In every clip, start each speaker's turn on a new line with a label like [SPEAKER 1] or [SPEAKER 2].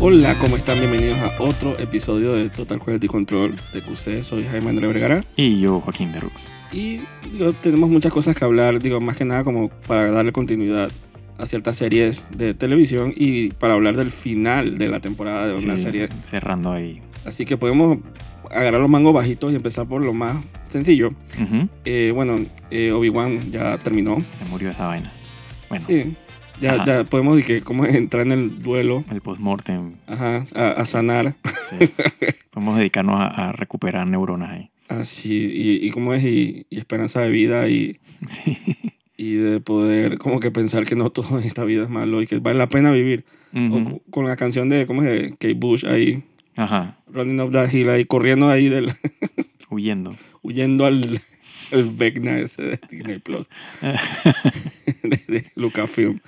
[SPEAKER 1] Hola, ¿cómo están? Bienvenidos a otro episodio de Total Quality Control de QC. Soy Jaime André Vergara
[SPEAKER 2] Y yo, Joaquín de Rux.
[SPEAKER 1] y digo, tenemos muchas cosas que hablar, digo, más que nada como para darle continuidad a ciertas series de televisión y para hablar del final de la temporada de una
[SPEAKER 2] Sí,
[SPEAKER 1] serie.
[SPEAKER 2] Cerrando ahí.
[SPEAKER 1] Así que podemos agarrar los mangos bajitos y empezar por lo más sencillo.
[SPEAKER 2] Ujú,
[SPEAKER 1] Eh, bueno, eh, Obi-Wan ya terminó.
[SPEAKER 2] Se murió esa vaina. Bueno,
[SPEAKER 1] Sí. Ya,
[SPEAKER 2] Ajá.
[SPEAKER 1] ya podemos decir que cómo entrar en el duelo,
[SPEAKER 2] el postmortem.
[SPEAKER 1] ajá, a, a sanar.
[SPEAKER 2] sí. Podemos dedicarnos a, a recuperar neuronas ahí.
[SPEAKER 1] Así, y, y cómo es, y, y esperanza de vida, y,
[SPEAKER 2] Sí.
[SPEAKER 1] y de poder como que pensar que no todo en esta vida es malo y que vale la pena vivir. O
[SPEAKER 2] Ujú,
[SPEAKER 1] cu- con la canción de, ¿cómo es? de Kate Bush ahí,
[SPEAKER 2] Ajá.
[SPEAKER 1] Running Up That Hill, ahí corriendo ahí, del,
[SPEAKER 2] Huyendo.
[SPEAKER 1] huyendo al el Vecna ese de Disney Plus, de, de Lucasfilm.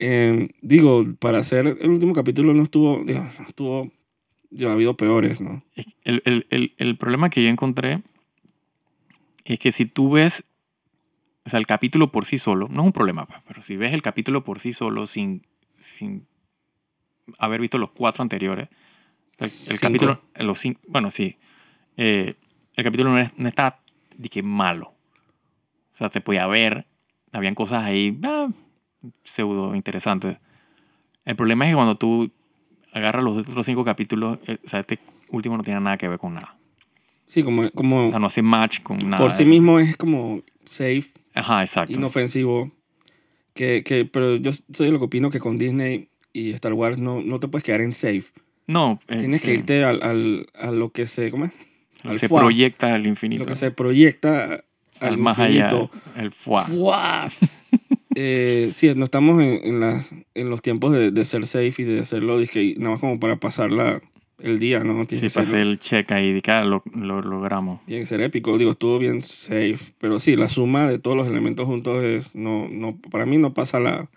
[SPEAKER 1] Eh, digo, para hacer el último capítulo no estuvo, digo, no estuvo, ya ha habido peores, ¿no?
[SPEAKER 2] Es- El, el- el- el problema que yo encontré es que si tú ves, o sea, el capítulo por sí solo, no es un problema, pa, pero si ves el capítulo por sí solo sin, sin haber visto los cuatro anteriores, el, el
[SPEAKER 1] Cinco.
[SPEAKER 2] capítulo, los cinco, bueno, sí, eh, el capítulo no, es- no está de que malo. O sea, se podía ver, habían cosas ahí ah, pseudo interesantes. El problema es que cuando tú agarras los otros cinco capítulos, eh, o sea, este último no tiene nada que ver con nada.
[SPEAKER 1] Sí, como,
[SPEAKER 2] O
[SPEAKER 1] como
[SPEAKER 2] sea, no hace match con nada.
[SPEAKER 1] por sí
[SPEAKER 2] de eso.
[SPEAKER 1] mismo es como safe,
[SPEAKER 2] Ajá, exacto.
[SPEAKER 1] inofensivo. Que, que, pero yo soy lo que opino que con Disney y Star Wars no, no te puedes quedar en safe.
[SPEAKER 2] No, eh,
[SPEAKER 1] Tienes que
[SPEAKER 2] sí.
[SPEAKER 1] irte al, al, a lo que se, ¿cómo es?
[SPEAKER 2] Lo que
[SPEAKER 1] al
[SPEAKER 2] se
[SPEAKER 1] fuá,
[SPEAKER 2] proyecta al infinito.
[SPEAKER 1] Lo que se proyecta al,
[SPEAKER 2] al más
[SPEAKER 1] infinito.
[SPEAKER 2] allá. El fuá.
[SPEAKER 1] ¡Fua! Eh, sí, no estamos en, en, las- en los tiempos de, de ser safe y de hacerlo disque, nada más como para pasar la, el día, ¿no? Tiene,
[SPEAKER 2] Sí,
[SPEAKER 1] que
[SPEAKER 2] pasé
[SPEAKER 1] ser,
[SPEAKER 2] el check ahí, de que, ah, lo, lo logramos.
[SPEAKER 1] tiene que ser épico. Digo, estuvo bien safe. Pero sí, la suma de todos los elementos juntos es, no, no, para mí no pasa la,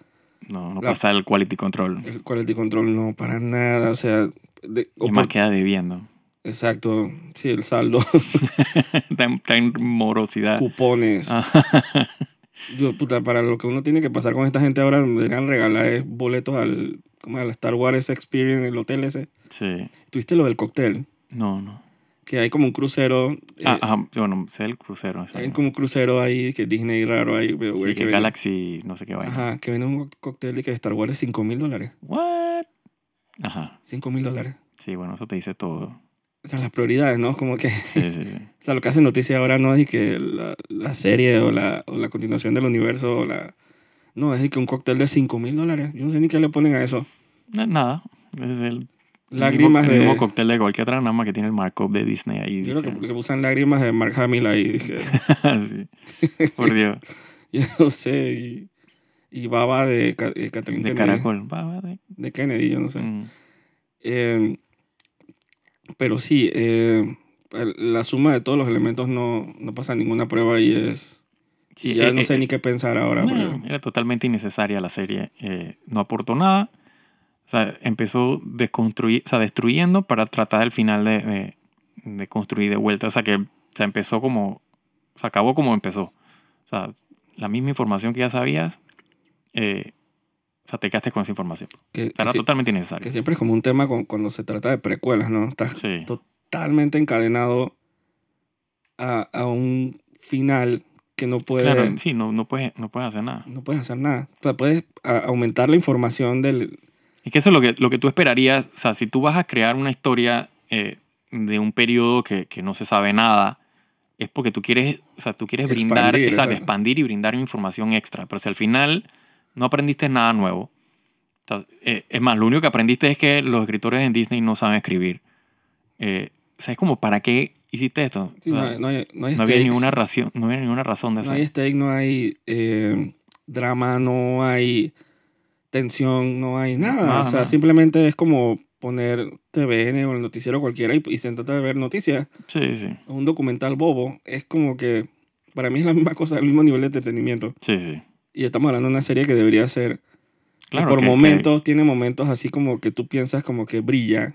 [SPEAKER 2] No, no
[SPEAKER 1] La-
[SPEAKER 2] pasa el quality control.
[SPEAKER 1] el quality control, no, para nada. Eh, O sea, de-
[SPEAKER 2] ¿Qué más queda debiendo?
[SPEAKER 1] exacto, sí, el saldo,
[SPEAKER 2] Está en- está en morosidad.
[SPEAKER 1] cupones.
[SPEAKER 2] Ah. Ajá.
[SPEAKER 1] Yo, puta, para lo que uno tiene que pasar con esta gente ahora, me deberían regalar es boletos al, ¿cómo es? al Star Wars Experience, el hotel ese.
[SPEAKER 2] sí.
[SPEAKER 1] Tuviste lo del cóctel,
[SPEAKER 2] No, no.
[SPEAKER 1] que hay como un crucero. eh,
[SPEAKER 2] Ah, ajá, bueno, sé el crucero. exacto.
[SPEAKER 1] hay como un crucero ahí, que Disney raro ahí, pero,
[SPEAKER 2] Sí,
[SPEAKER 1] güey,
[SPEAKER 2] que
[SPEAKER 1] que vende-
[SPEAKER 2] Galaxy, no sé qué vaya.
[SPEAKER 1] Ajá, que vende un cóctel y que de Star Wars es 5 mil dólares.
[SPEAKER 2] What? Ajá.
[SPEAKER 1] 5 mil dólares.
[SPEAKER 2] Sí, bueno, eso te dice todo.
[SPEAKER 1] O sea, las prioridades, ¿no? Como que, o
[SPEAKER 2] Sí, sí, sí.
[SPEAKER 1] sea, lo que hace noticia ahora no es que la, la serie o la, o la continuación del universo o la... No, es que un cóctel de 5 mil dólares. Yo no sé ni qué le ponen a eso.
[SPEAKER 2] Na- Nada. Es el
[SPEAKER 1] Lágrimas
[SPEAKER 2] el mismo, el mismo
[SPEAKER 1] de...
[SPEAKER 2] cóctel de cualquier otra nada más que tiene el markup de Disney ahí.
[SPEAKER 1] Yo creo
[SPEAKER 2] dice.
[SPEAKER 1] que le usan lágrimas de Mark Hamill ahí. Dije,
[SPEAKER 2] Sí. Por Dios.
[SPEAKER 1] yo no sé. Y, y Baba de, Ca- de Kathleen
[SPEAKER 2] De
[SPEAKER 1] Kennedy.
[SPEAKER 2] caracol. Va, va, de-
[SPEAKER 1] De Kennedy, yo no sé.
[SPEAKER 2] Mm.
[SPEAKER 1] Eh, pero sí, eh, el- la suma de todos los elementos no, no pasa ninguna prueba y es...
[SPEAKER 2] Sí,
[SPEAKER 1] ya
[SPEAKER 2] eh,
[SPEAKER 1] no sé
[SPEAKER 2] eh,
[SPEAKER 1] ni qué pensar ahora.
[SPEAKER 2] no,
[SPEAKER 1] porque-
[SPEAKER 2] era totalmente innecesaria la serie. Eh, no aportó nada. O sea, empezó desconstruir, o sea, destruyendo para tratar el final de, de- de construir de vuelta. O sea, que se empezó como. Se acabó como empezó. O sea, la misma información que ya sabías. eh, o sea, te quedaste con esa información.
[SPEAKER 1] que,
[SPEAKER 2] O sea, era
[SPEAKER 1] que sí-
[SPEAKER 2] totalmente
[SPEAKER 1] que
[SPEAKER 2] innecesaria.
[SPEAKER 1] siempre es como un tema con- cuando se trata de precuelas, ¿no? Estás
[SPEAKER 2] Sí.
[SPEAKER 1] totalmente encadenado a, a un final que no puede...
[SPEAKER 2] Claro, sí, no, no, puedes, no puedes hacer nada.
[SPEAKER 1] no puedes hacer nada. O sea, puedes a- aumentar la información del...
[SPEAKER 2] Es que eso es lo que, lo que tú esperarías. O sea, si tú vas a crear una historia eh, de un periodo que, que no se sabe nada, es porque tú quieres, o sea, tú quieres brindar,
[SPEAKER 1] Expandir,
[SPEAKER 2] exacto,
[SPEAKER 1] exacto.
[SPEAKER 2] expandir y brindar información extra. Pero si al final no aprendiste nada nuevo, o sea, eh, es más, lo único que aprendiste es que los escritores en Disney no saben escribir. Eh, o sea, es como, ¿para qué hiciste esto?
[SPEAKER 1] Sí,
[SPEAKER 2] O
[SPEAKER 1] no,
[SPEAKER 2] sea,
[SPEAKER 1] hay- no hay, no hay
[SPEAKER 2] no había
[SPEAKER 1] stakes,
[SPEAKER 2] ninguna razón, no había ninguna razón de
[SPEAKER 1] no
[SPEAKER 2] eso.
[SPEAKER 1] hay stake, no hay eh, drama, no hay tensión, no hay nada.
[SPEAKER 2] Nada,
[SPEAKER 1] o sea,
[SPEAKER 2] nada.
[SPEAKER 1] simplemente es como poner TVN o el noticiero cualquiera y, y sentarte a ver noticias.
[SPEAKER 2] Sí, sí,
[SPEAKER 1] O un documental bobo. Es como que para mí es la misma cosa, el mismo nivel de entretenimiento.
[SPEAKER 2] sí, sí.
[SPEAKER 1] Y estamos hablando de una serie que debería ser... que
[SPEAKER 2] Claro,
[SPEAKER 1] por
[SPEAKER 2] que- que-
[SPEAKER 1] momentos tiene momentos así como que tú piensas como que brilla.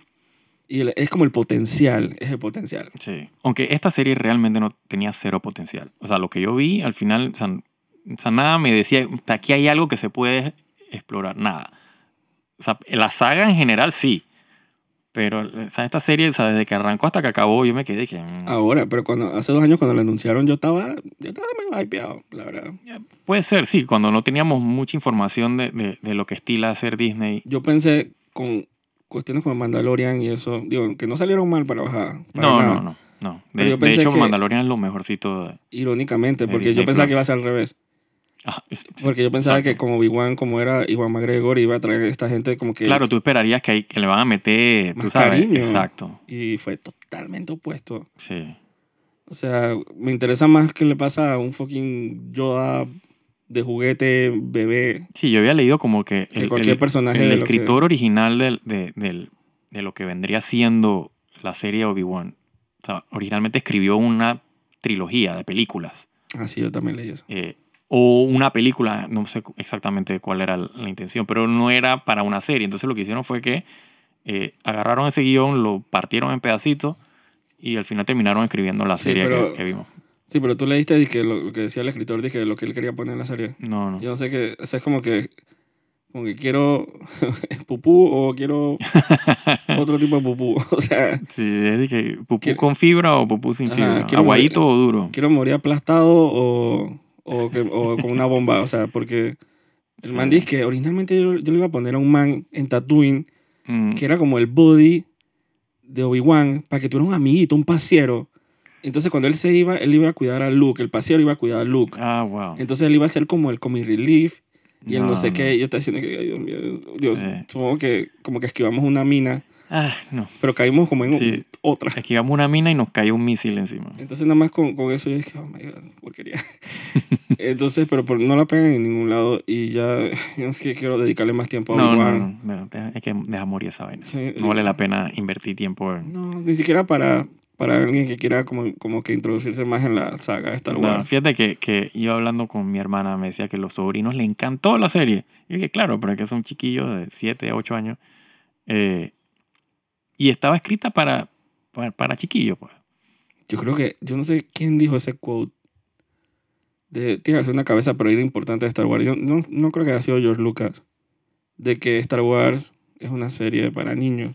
[SPEAKER 1] Y el- es como el potencial, es el potencial.
[SPEAKER 2] Sí. Aunque esta serie realmente no tenía cero potencial. O sea, lo que yo vi al final, o sea, n- o sea, nada me decía, "Puta, aquí hay algo que se puede explorar, nada. O sea, la saga en general sí, Pero o sea, esta serie, o sea, desde que arrancó hasta que acabó, yo me quedé que... mm,
[SPEAKER 1] Ahora, pero cuando hace dos años cuando la anunciaron yo estaba, yo estaba medio hypeado, la verdad.
[SPEAKER 2] Puede ser, sí, cuando no teníamos mucha información de, de- de lo que estila hacer Disney.
[SPEAKER 1] Yo pensé con cuestiones como Mandalorian y eso, digo, que no salieron mal para bajar. para
[SPEAKER 2] No,
[SPEAKER 1] nada.
[SPEAKER 2] no, no, no.
[SPEAKER 1] Pero
[SPEAKER 2] De,
[SPEAKER 1] yo
[SPEAKER 2] de
[SPEAKER 1] pensé
[SPEAKER 2] hecho,
[SPEAKER 1] que-
[SPEAKER 2] Mandalorian es lo mejorcito. De...
[SPEAKER 1] Irónicamente,
[SPEAKER 2] De
[SPEAKER 1] porque
[SPEAKER 2] Disney
[SPEAKER 1] yo pensaba
[SPEAKER 2] Plus.
[SPEAKER 1] que iba a ser al revés.
[SPEAKER 2] Ah, es- es-
[SPEAKER 1] Porque yo pensaba
[SPEAKER 2] Exacto.
[SPEAKER 1] que como Obi-Wan, como era Iwan McGregor, iba a traer a esta gente como que...
[SPEAKER 2] Claro, tú esperarías que, ahí- que le van a meter, tú
[SPEAKER 1] Más
[SPEAKER 2] sabes.
[SPEAKER 1] cariño.
[SPEAKER 2] Exacto,
[SPEAKER 1] Y fue totalmente opuesto.
[SPEAKER 2] sí.
[SPEAKER 1] O sea, me interesa más que le pasa a un fucking Yoda de juguete bebé.
[SPEAKER 2] Sí, yo había leído como que
[SPEAKER 1] Que cualquier personaje
[SPEAKER 2] el
[SPEAKER 1] de lo que-
[SPEAKER 2] escritor original del- de, del- de lo que vendría siendo la serie Obi-Wan, o sea, originalmente escribió una trilogía de películas
[SPEAKER 1] Así Ah, yo también leí eso.
[SPEAKER 2] eh, o una película, no sé cu- exactamente cuál era la la intención, pero no era para una serie. Entonces lo que hicieron fue que eh, agarraron ese guión, lo partieron en pedacitos y al final terminaron escribiendo la
[SPEAKER 1] Sí,
[SPEAKER 2] serie que-
[SPEAKER 1] pero-
[SPEAKER 2] que, vimos.
[SPEAKER 1] Sí, pero tú leíste dizque, lo, lo que decía el escritor, dije lo que él quería poner en la serie.
[SPEAKER 2] No, no.
[SPEAKER 1] Yo no sé qué, o sea, es como que, como que quiero pupú o quiero otro tipo de pupú. O sea,
[SPEAKER 2] Sí, es de que pupú
[SPEAKER 1] Quiero-
[SPEAKER 2] con fibra o pupú sin
[SPEAKER 1] Ajá,
[SPEAKER 2] fibra.
[SPEAKER 1] quiero-
[SPEAKER 2] Aguadito o duro.
[SPEAKER 1] quiero morir aplastado o, o, que- o con una bomba. O sea, porque el man
[SPEAKER 2] Sí.
[SPEAKER 1] dice que originalmente yo, yo le iba a poner a un man en Tatooine
[SPEAKER 2] Mm,
[SPEAKER 1] que era como el body de Obi-Wan para que tuviera un amiguito, un pasiero. Entonces cuando él se iba, él iba a cuidar a Luke, el pasiero iba a cuidar a Luke.
[SPEAKER 2] Ah, wow.
[SPEAKER 1] Entonces él iba a ser como el comic relief y el no, sé
[SPEAKER 2] no.
[SPEAKER 1] qué. Yo estaba diciendo que, ay, Dios mío, Dios,
[SPEAKER 2] Sí.
[SPEAKER 1] supongo que como que esquivamos una mina,
[SPEAKER 2] Ah, no.
[SPEAKER 1] pero caímos como en
[SPEAKER 2] Sí.
[SPEAKER 1] otra.
[SPEAKER 2] Esquivamos una mina y nos cayó un misil encima.
[SPEAKER 1] Entonces nada más con, con eso yo dije, oh my god, porquería. Entonces, pero por- no la pegan en ningún lado y ya, yo es que quiero dedicarle más tiempo a
[SPEAKER 2] No, no,
[SPEAKER 1] Obi-Wan.
[SPEAKER 2] no, no, deja- Es que deja morir esa vaina.
[SPEAKER 1] Sí,
[SPEAKER 2] No vale la pena invertir tiempo en...
[SPEAKER 1] No, ni siquiera para, para alguien que quiera como, como que introducirse más en la saga de Star
[SPEAKER 2] No,
[SPEAKER 1] Wars.
[SPEAKER 2] fíjate que, que yo hablando con mi hermana me decía que los sobrinos le encantó la serie. Y dije, claro, pero es que son chiquillos de 7, 8 años. Eh, y estaba escrita para, para, para chiquillos, pues.
[SPEAKER 1] Yo creo que, yo no sé quién dijo ese quote. De, tiene que ser una cabeza, pero era importante de Star Wars. Yo no, no creo que haya sido George Lucas. De que Star Wars es una serie para niños.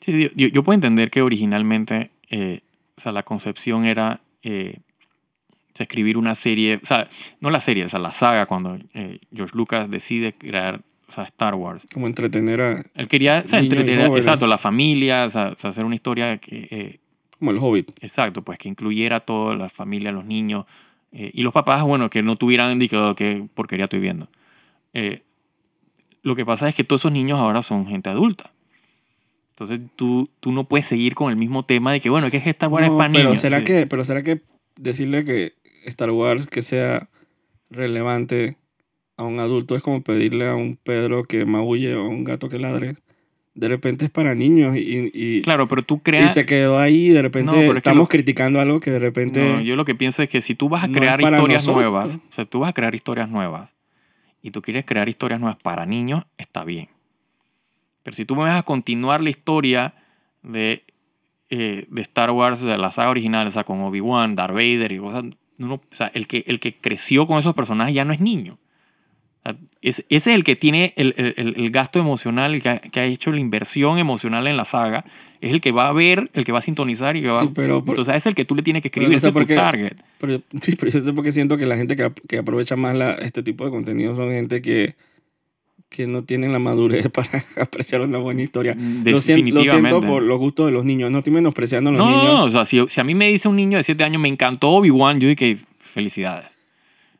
[SPEAKER 2] Sí, yo- yo, yo puedo entender que originalmente, eh, o sea, la concepción era eh, o sea, escribir una serie, o sea, no la serie, o sea, la saga cuando eh, George Lucas decide crear o sea, Star Wars.
[SPEAKER 1] Como entretener a...
[SPEAKER 2] Él quería o sea,
[SPEAKER 1] Niños y
[SPEAKER 2] entretener,
[SPEAKER 1] jóvenes.
[SPEAKER 2] exacto, la familia, o sea, o sea, hacer una historia que, eh,
[SPEAKER 1] Como el Hobbit.
[SPEAKER 2] exacto, pues que incluyera a toda la familia, los niños eh, y los papás, bueno, que no tuvieran indicado qué porquería estoy viendo. Eh, lo que pasa es que todos esos niños ahora son gente adulta. Entonces tú, tú no puedes seguir con el mismo tema de que, bueno, que es que Star Wars es
[SPEAKER 1] No,
[SPEAKER 2] para
[SPEAKER 1] pero,
[SPEAKER 2] niños.
[SPEAKER 1] será
[SPEAKER 2] Sí.
[SPEAKER 1] que, pero será que decirle que Star Wars que sea relevante a un adulto es como pedirle a un Pedro que maúlle o a un gato que ladre. De repente es para niños y, y,
[SPEAKER 2] Claro, pero tú
[SPEAKER 1] y
[SPEAKER 2] creas...
[SPEAKER 1] se quedó ahí y de repente
[SPEAKER 2] No, pero es que
[SPEAKER 1] estamos
[SPEAKER 2] lo-
[SPEAKER 1] criticando algo que de repente...
[SPEAKER 2] No, yo lo que pienso es que si tú vas a
[SPEAKER 1] No es
[SPEAKER 2] crear
[SPEAKER 1] para
[SPEAKER 2] historias
[SPEAKER 1] nosotros.
[SPEAKER 2] nuevas, o sea, tú vas a crear historias nuevas y tú quieres crear historias nuevas para niños, está bien. Pero si tú me vas a continuar la historia de, eh, de Star Wars, de la saga original, o sea, con Obi-Wan, Darth Vader y cosas, uno- o sea, el que, el que creció con esos personajes ya no es niño. O sea, es- ese es el que tiene el, el- el- el gasto emocional, el que ha, que ha hecho la inversión emocional en la saga, es el que va a ver, el que va a sintonizar y que va
[SPEAKER 1] Sí, pero por-
[SPEAKER 2] Entonces es el que tú le tienes que
[SPEAKER 1] Pero
[SPEAKER 2] escribir,
[SPEAKER 1] no sé
[SPEAKER 2] ese es tu
[SPEAKER 1] por qué-
[SPEAKER 2] target.
[SPEAKER 1] Pero, yo- sí, pero yo sé porque siento que la gente que, ap- que aprovecha más la, este tipo de contenido son gente que, que no tienen la madurez para apreciar una buena historia. Lo sien- lo siento,
[SPEAKER 2] Mm, Definitivamente.
[SPEAKER 1] por los gustos de los niños. No estoy menospreciando a los
[SPEAKER 2] No, no,
[SPEAKER 1] niños,
[SPEAKER 2] no, o sea, si, si a mí me dice un niño de 7 años, me encantó Obi-Wan, yo dije, felicidades.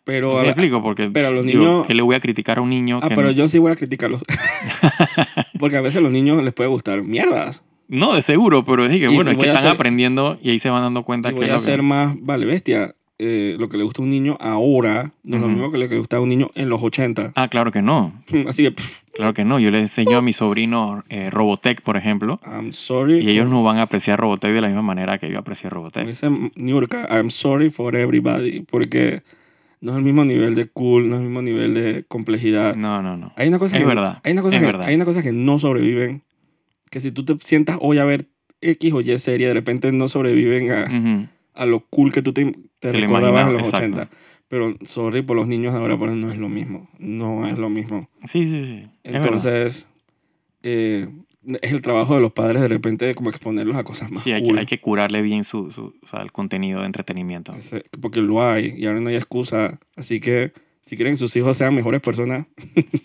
[SPEAKER 1] pero... a
[SPEAKER 2] ¿Sí me
[SPEAKER 1] la-
[SPEAKER 2] explico? Porque
[SPEAKER 1] pero a los
[SPEAKER 2] digo,
[SPEAKER 1] niños-
[SPEAKER 2] ¿qué le voy a criticar a un niño?
[SPEAKER 1] ah,
[SPEAKER 2] que
[SPEAKER 1] pero
[SPEAKER 2] no-
[SPEAKER 1] yo sí voy a criticarlos. porque a veces a los niños les puede gustar mierdas.
[SPEAKER 2] No, de seguro, pero dije,
[SPEAKER 1] Y
[SPEAKER 2] bueno, es
[SPEAKER 1] voy
[SPEAKER 2] que
[SPEAKER 1] a
[SPEAKER 2] están
[SPEAKER 1] hacer-
[SPEAKER 2] aprendiendo y ahí se van dando
[SPEAKER 1] Y
[SPEAKER 2] cuenta que
[SPEAKER 1] voy
[SPEAKER 2] es
[SPEAKER 1] a
[SPEAKER 2] lo que-
[SPEAKER 1] ser más, vale, bestia. Eh, lo que le gusta a un niño ahora no es lo
[SPEAKER 2] Ujú.
[SPEAKER 1] mismo que lo que le gusta a un niño en los 80.
[SPEAKER 2] Ah, claro que no,
[SPEAKER 1] Así que, pff,
[SPEAKER 2] claro que no. Yo les enseño a mi sobrino eh, Robotech, por ejemplo,
[SPEAKER 1] I'm sorry.
[SPEAKER 2] y ellos no van a apreciar Robotech de la misma manera que yo aprecié Robotech.
[SPEAKER 1] Como dice Niurka, I'm sorry for everybody, porque no es el mismo nivel de cool, no es el mismo nivel de complejidad.
[SPEAKER 2] No, no, no.
[SPEAKER 1] Hay una cosa
[SPEAKER 2] Mm. Es
[SPEAKER 1] que,
[SPEAKER 2] verdad,
[SPEAKER 1] Hay una cosa
[SPEAKER 2] es
[SPEAKER 1] que,
[SPEAKER 2] verdad.
[SPEAKER 1] hay una cosa que no sobreviven, que si tú te sientas hoy a ver X o Y serie, de repente no sobreviven a,
[SPEAKER 2] Ujú.
[SPEAKER 1] a lo cool que tú te, te
[SPEAKER 2] Mm. Te lo
[SPEAKER 1] recordabas en los
[SPEAKER 2] imaginabas,
[SPEAKER 1] 80. Pero sorry por los niños de ahora, pero no es lo mismo. No es lo mismo.
[SPEAKER 2] Sí, sí, sí. es verdad.
[SPEAKER 1] Entonces, eh, es el trabajo de los padres de repente de como exponerlos a cosas más
[SPEAKER 2] Sí, hay que,
[SPEAKER 1] cool.
[SPEAKER 2] hay que curarle bien su, su- o sea, el contenido de entretenimiento.
[SPEAKER 1] Ese- Porque lo hay y ahora no hay excusa. Así que si quieren que sus hijos sean mejores personas,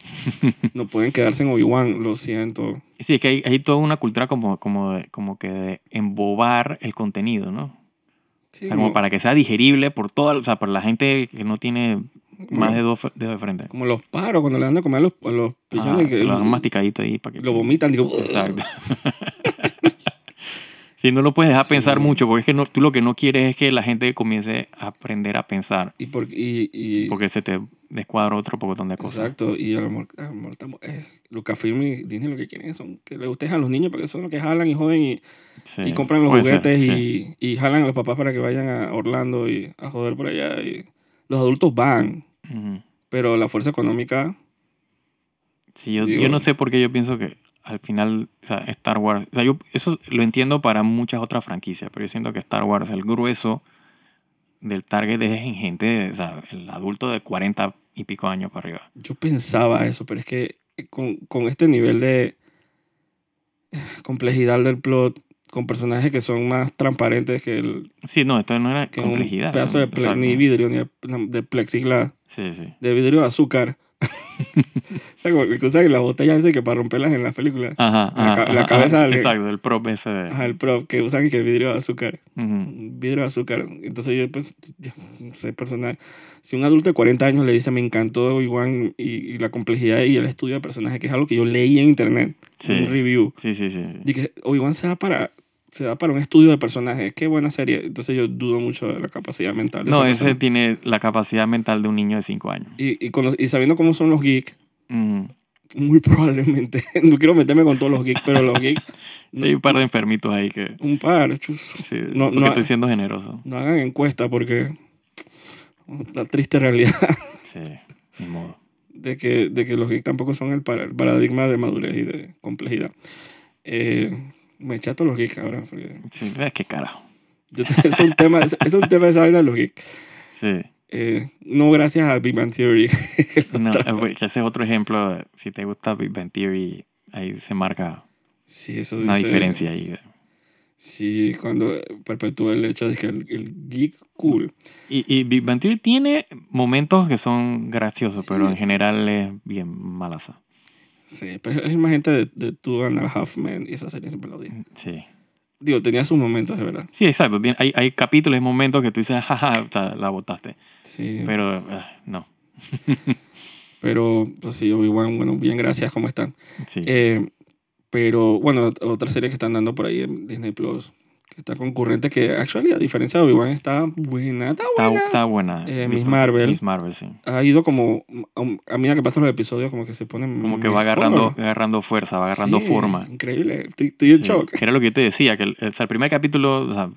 [SPEAKER 1] no pueden quedarse en Obi-Wan, lo siento.
[SPEAKER 2] Sí, es que hay, hay toda una cultura como, como, de- como que de embobar el contenido, ¿no?
[SPEAKER 1] Sí,
[SPEAKER 2] O sea, como
[SPEAKER 1] como-
[SPEAKER 2] para que sea digerible por toda, o sea, por la gente que no tiene más de dos dedos de frente.
[SPEAKER 1] Como los paros cuando le dan de comer a los, a los
[SPEAKER 2] Ajá,
[SPEAKER 1] pillones que
[SPEAKER 2] se lo dan
[SPEAKER 1] lo,
[SPEAKER 2] masticadito ahí para que...
[SPEAKER 1] vomitan. Digo,
[SPEAKER 2] Exacto. Si no lo puedes dejar pensar mucho, porque es que no, tú lo que no quieres es que la gente comience a aprender a pensar,
[SPEAKER 1] Y, por, y, y-
[SPEAKER 2] porque se te descuadra otro montón de cosas.
[SPEAKER 1] Exacto, y a lo mejor, a lo mejor estamos- eh, Lucasfilm y Disney lo que quieren son que le gusten a los niños porque son los que jalan y joden y,
[SPEAKER 2] Sí,
[SPEAKER 1] y compran los
[SPEAKER 2] puede ser,
[SPEAKER 1] juguetes
[SPEAKER 2] sí.
[SPEAKER 1] y, y jalan a los papás para que vayan a Orlando y a joder por allá. Y los adultos van,
[SPEAKER 2] Ujú.
[SPEAKER 1] pero la fuerza económica
[SPEAKER 2] Sí, yo,
[SPEAKER 1] Digo-
[SPEAKER 2] yo no sé por qué yo pienso que al final o sea, Star Wars, o sea, yo eso lo entiendo para muchas otras franquicias, pero yo siento que Star Wars, el grueso del target es en gente, o sea, el adulto de 40 y pico años para arriba.
[SPEAKER 1] Yo pensaba eso, pero es que con, con este nivel de complejidad del plot, con personajes que son más transparentes que, el,
[SPEAKER 2] Sí, no, esto no era
[SPEAKER 1] que
[SPEAKER 2] complejidad.
[SPEAKER 1] un pedazo
[SPEAKER 2] eso,
[SPEAKER 1] de
[SPEAKER 2] o
[SPEAKER 1] ple-
[SPEAKER 2] sea,
[SPEAKER 1] ni
[SPEAKER 2] no-
[SPEAKER 1] vidrio, ni de, de plexiglas,
[SPEAKER 2] Sí, sí.
[SPEAKER 1] de vidrio de azúcar. o sea, como que usan las botellas esas que para romperlas en las películas.
[SPEAKER 2] Ajá,
[SPEAKER 1] La
[SPEAKER 2] ajá,
[SPEAKER 1] ca- la
[SPEAKER 2] ajá,
[SPEAKER 1] cabeza
[SPEAKER 2] ajá,
[SPEAKER 1] del-
[SPEAKER 2] Exacto, el prop ese de...
[SPEAKER 1] Ajá, el prop que usan que vidrio de azúcar.
[SPEAKER 2] Ujú.
[SPEAKER 1] Vidrio de azúcar. Entonces yo, pues, yo no sé, personal. Si un adulto de 40 años le dice, me encantó Obi-Wan y, y la complejidad y el estudio de personajes, que es algo que yo leí en internet,
[SPEAKER 2] Sí.
[SPEAKER 1] en un review.
[SPEAKER 2] Sí, sí, sí. sí.
[SPEAKER 1] Dije, Obi-Wan se da para se da para un estudio de personajes. Qué buena serie. Entonces yo dudo mucho de la capacidad mental. de
[SPEAKER 2] No,
[SPEAKER 1] esa
[SPEAKER 2] ese
[SPEAKER 1] persona.
[SPEAKER 2] tiene la capacidad mental de un niño de 5 años.
[SPEAKER 1] Y, y, con los- y sabiendo cómo son los geeks,
[SPEAKER 2] Ujú.
[SPEAKER 1] muy probablemente, no quiero meterme con todos los geeks, pero los geeks,
[SPEAKER 2] Sí, hay un par de enfermitos ahí que...
[SPEAKER 1] un par, chus.
[SPEAKER 2] Sí,
[SPEAKER 1] No,
[SPEAKER 2] porque
[SPEAKER 1] no-
[SPEAKER 2] estoy siendo generoso.
[SPEAKER 1] no hagan encuesta porque la triste realidad
[SPEAKER 2] Sí, ni modo.
[SPEAKER 1] de que, de que los geeks tampoco son el, para- el paradigma de madurez y de complejidad. Eh, me chato los geeks ahora. porque
[SPEAKER 2] Sí, ves qué carajo.
[SPEAKER 1] yo- es, un tema, es, es un tema de esa vaina de los geeks.
[SPEAKER 2] Sí.
[SPEAKER 1] Eh, no gracias a Big Bang Theory.
[SPEAKER 2] No, eh, pues, que ese es otro ejemplo. de- Si te gusta Big Bang Theory, ahí se marca
[SPEAKER 1] Sí, eso
[SPEAKER 2] una
[SPEAKER 1] dice-
[SPEAKER 2] diferencia ahí.
[SPEAKER 1] Sí, cuando perpetúa el hecho de que el, el geek cool.
[SPEAKER 2] Y, y Big Bang Theory tiene momentos que son graciosos,
[SPEAKER 1] Sí.
[SPEAKER 2] pero en general es bien malaza.
[SPEAKER 1] Sí, pero es la misma gente de, de Two and a Half Men y esa serie siempre la odié.
[SPEAKER 2] Sí.
[SPEAKER 1] Digo, tenía sus momentos, de verdad.
[SPEAKER 2] Sí, exacto. Tien- Hay, hay capítulos y momentos que tú dices, jaja, o sea, la botaste.
[SPEAKER 1] Sí, pero,
[SPEAKER 2] Pero ah, no.
[SPEAKER 1] pues sí, Obi-Wan, bueno, bien, gracias, ¿cómo están?
[SPEAKER 2] Sí.
[SPEAKER 1] Eh, pero bueno, otra serie que están dando por ahí en Disney Plus, que está concurrente, que actually, a diferencia de Obi-Wan, está buena, está
[SPEAKER 2] está,
[SPEAKER 1] buena.
[SPEAKER 2] está buena.
[SPEAKER 1] Eh, Miss
[SPEAKER 2] Disfruta-
[SPEAKER 1] Marvel.
[SPEAKER 2] Miss Marvel, sí.
[SPEAKER 1] Ha ido como, um, a, a medida que pasan los episodios, como que se ponen.
[SPEAKER 2] Como que va
[SPEAKER 1] mejor.
[SPEAKER 2] agarrando, agarrando fuerza, va agarrando
[SPEAKER 1] Sí,
[SPEAKER 2] forma.
[SPEAKER 1] Increíble, estoy, estoy en
[SPEAKER 2] Sí,
[SPEAKER 1] shock.
[SPEAKER 2] que era lo que yo te decía, que el, o sea, el primer capítulo, o sea,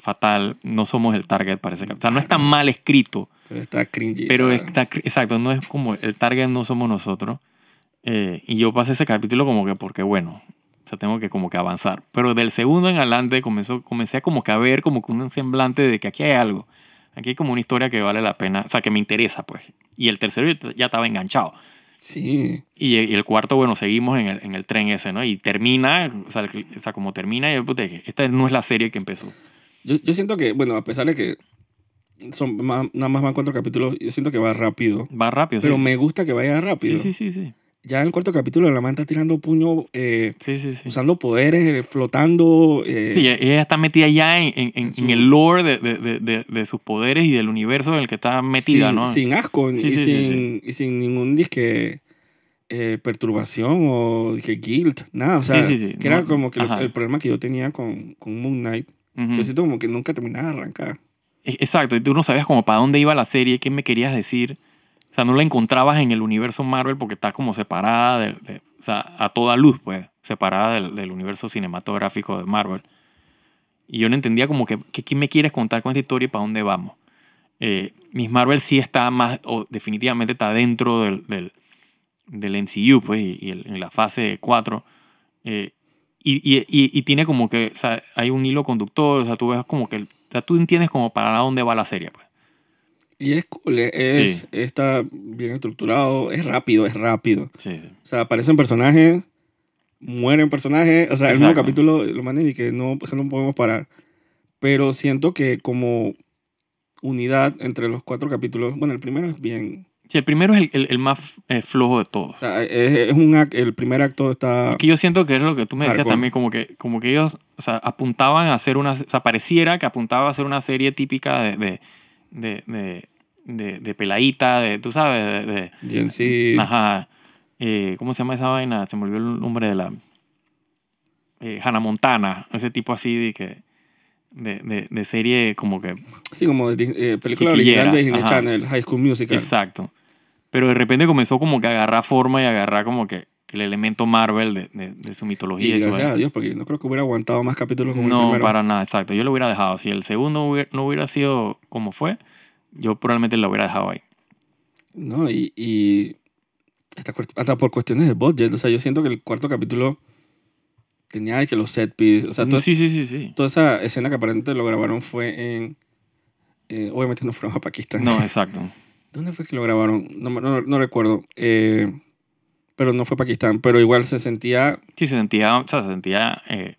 [SPEAKER 2] fatal, no somos el target para ese capítulo. O sea, no está mal escrito,
[SPEAKER 1] Pero está cringy.
[SPEAKER 2] pero
[SPEAKER 1] está-
[SPEAKER 2] está, cr- exacto, no es como el target no somos nosotros. Eh, y yo pasé ese capítulo como que porque, bueno, o sea, tengo que como que avanzar. Pero del segundo en adelante comenzó, comencé a como que a ver como que un semblante de que aquí hay algo. Aquí hay como una historia que vale la pena, o sea, que me interesa, pues. Y el tercero yo t- ya estaba enganchado.
[SPEAKER 1] Sí,
[SPEAKER 2] Y, y el cuarto, bueno, seguimos en el, en el tren ese, ¿no? Y termina, o sea, el- o sea, como termina, yo pues, dije, esta no es la serie que empezó.
[SPEAKER 1] yo, yo siento que, bueno, a pesar de que son más- nada más van cuatro capítulos, yo siento que va rápido.
[SPEAKER 2] Va rápido,
[SPEAKER 1] Pero
[SPEAKER 2] sí.
[SPEAKER 1] me gusta que vaya rápido.
[SPEAKER 2] Sí, sí, sí, sí.
[SPEAKER 1] Ya en el cuarto capítulo, la man está tirando puño, eh,
[SPEAKER 2] Sí, sí, sí.
[SPEAKER 1] usando poderes, eh, flotando. eh,
[SPEAKER 2] Sí, ella- ella está metida ya en, en- en- en
[SPEAKER 1] su-
[SPEAKER 2] el lore de, de- de- de- de sus poderes y del universo en el que está metida,
[SPEAKER 1] sin,
[SPEAKER 2] ¿no?
[SPEAKER 1] sin asco
[SPEAKER 2] Sí,
[SPEAKER 1] y,
[SPEAKER 2] sí, sí,
[SPEAKER 1] sin, y sin ningún disque eh, perturbación o dije guilt, nada, o sea,
[SPEAKER 2] Sí, sí, sí,
[SPEAKER 1] que era
[SPEAKER 2] no,
[SPEAKER 1] como que lo-
[SPEAKER 2] ajá. Mm.
[SPEAKER 1] el problema que yo tenía con, con Moon Knight,
[SPEAKER 2] Ujú.
[SPEAKER 1] yo siento como que nunca terminaba de arrancar.
[SPEAKER 2] E- Exacto, y tú no sabías como para dónde iba la serie, qué me querías decir. O sea, no la encontrabas en el universo Marvel porque está como separada, del- de- o sea, a toda luz, pues, separada del, del universo cinematográfico de Marvel. Y yo no entendía como que, que qué me quieres contar con esta historia y para dónde vamos. Eh, Miss Marvel sí está más, o definitivamente está dentro del, del, del MCU, pues, y, y el- en la fase 4. eh, y, y- y- y tiene como que, o sea, hay un hilo conductor, o sea, tú ves como que, el- o sea, tú entiendes como para dónde va la serie, pues.
[SPEAKER 1] Y es cool, eh, es,
[SPEAKER 2] Sí.
[SPEAKER 1] está bien estructurado, es rápido, es rápido.
[SPEAKER 2] Sí.
[SPEAKER 1] O sea, aparecen personajes, mueren personajes. O sea, el mismo
[SPEAKER 2] Exacto.
[SPEAKER 1] capítulo lo manes y que no, o sea, no podemos parar. Pero siento que como unidad entre los cuatro capítulos, bueno, el primero es bien.
[SPEAKER 2] Sí, el primero es el, el- el más eh, flojo de todos.
[SPEAKER 1] O sea, es, es un ac- el primer acto está.
[SPEAKER 2] Que yo siento que es lo que tú me decías
[SPEAKER 1] Hardcore.
[SPEAKER 2] también, como que, como que ellos o sea, apuntaban a hacer una. O sea, pareciera que apuntaba a hacer una serie típica de. de, de, de, de- de peladita, de. Tú sabes, de. de-
[SPEAKER 1] Y en sí.
[SPEAKER 2] Ajá. Eh, ¿Cómo se llama esa vaina? Se me olvidó el nombre de la. eh, Hannah Montana, ese tipo así de que. De, de, de serie como que.
[SPEAKER 1] Sí, como de Dis- eh, película
[SPEAKER 2] Chiquillera,
[SPEAKER 1] original de Disney
[SPEAKER 2] ajá.
[SPEAKER 1] Channel, High School Musical.
[SPEAKER 2] Exacto. Pero de repente comenzó como que a agarrar forma y a agarrar como que, que el elemento Marvel de, de- de su
[SPEAKER 1] Y
[SPEAKER 2] mitología. y su
[SPEAKER 1] gracias
[SPEAKER 2] vaina.
[SPEAKER 1] a Dios, porque yo no creo que hubiera aguantado más capítulos como el
[SPEAKER 2] No,
[SPEAKER 1] primero.
[SPEAKER 2] para nada, exacto. Yo lo hubiera dejado. Si el segundo hubiera- no hubiera sido como fue, yo probablemente lo hubiera dejado ahí.
[SPEAKER 1] No, y, y hasta, cuest- hasta por cuestiones de budget. O sea, yo siento que el cuarto capítulo tenía de que los set pieces. O sea, todo-
[SPEAKER 2] Mm, sí, sí, sí, sí.
[SPEAKER 1] toda esa escena que aparentemente lo grabaron fue en. eh, obviamente no fueron a Pakistán.
[SPEAKER 2] No, exacto.
[SPEAKER 1] ¿Dónde fue que lo grabaron? No, me- no- no recuerdo. Eh, pero no fue Pakistán. Pero igual se sentía.
[SPEAKER 2] Sí, se sentía, o sea, se sentía, eh,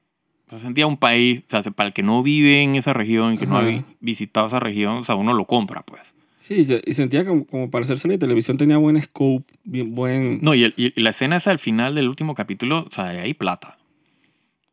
[SPEAKER 2] se sentía un país, o sea, se- para el que no vive en esa región, que no ha
[SPEAKER 1] Ajá.
[SPEAKER 2] vi- visitado esa región, o sea, uno lo compra, pues.
[SPEAKER 1] Sí, y se- y sentía como, como para hacer serie de televisión tenía buen scope, bien, buen.
[SPEAKER 2] No, y, el- y la escena esa al final del último capítulo, o sea, hay plata.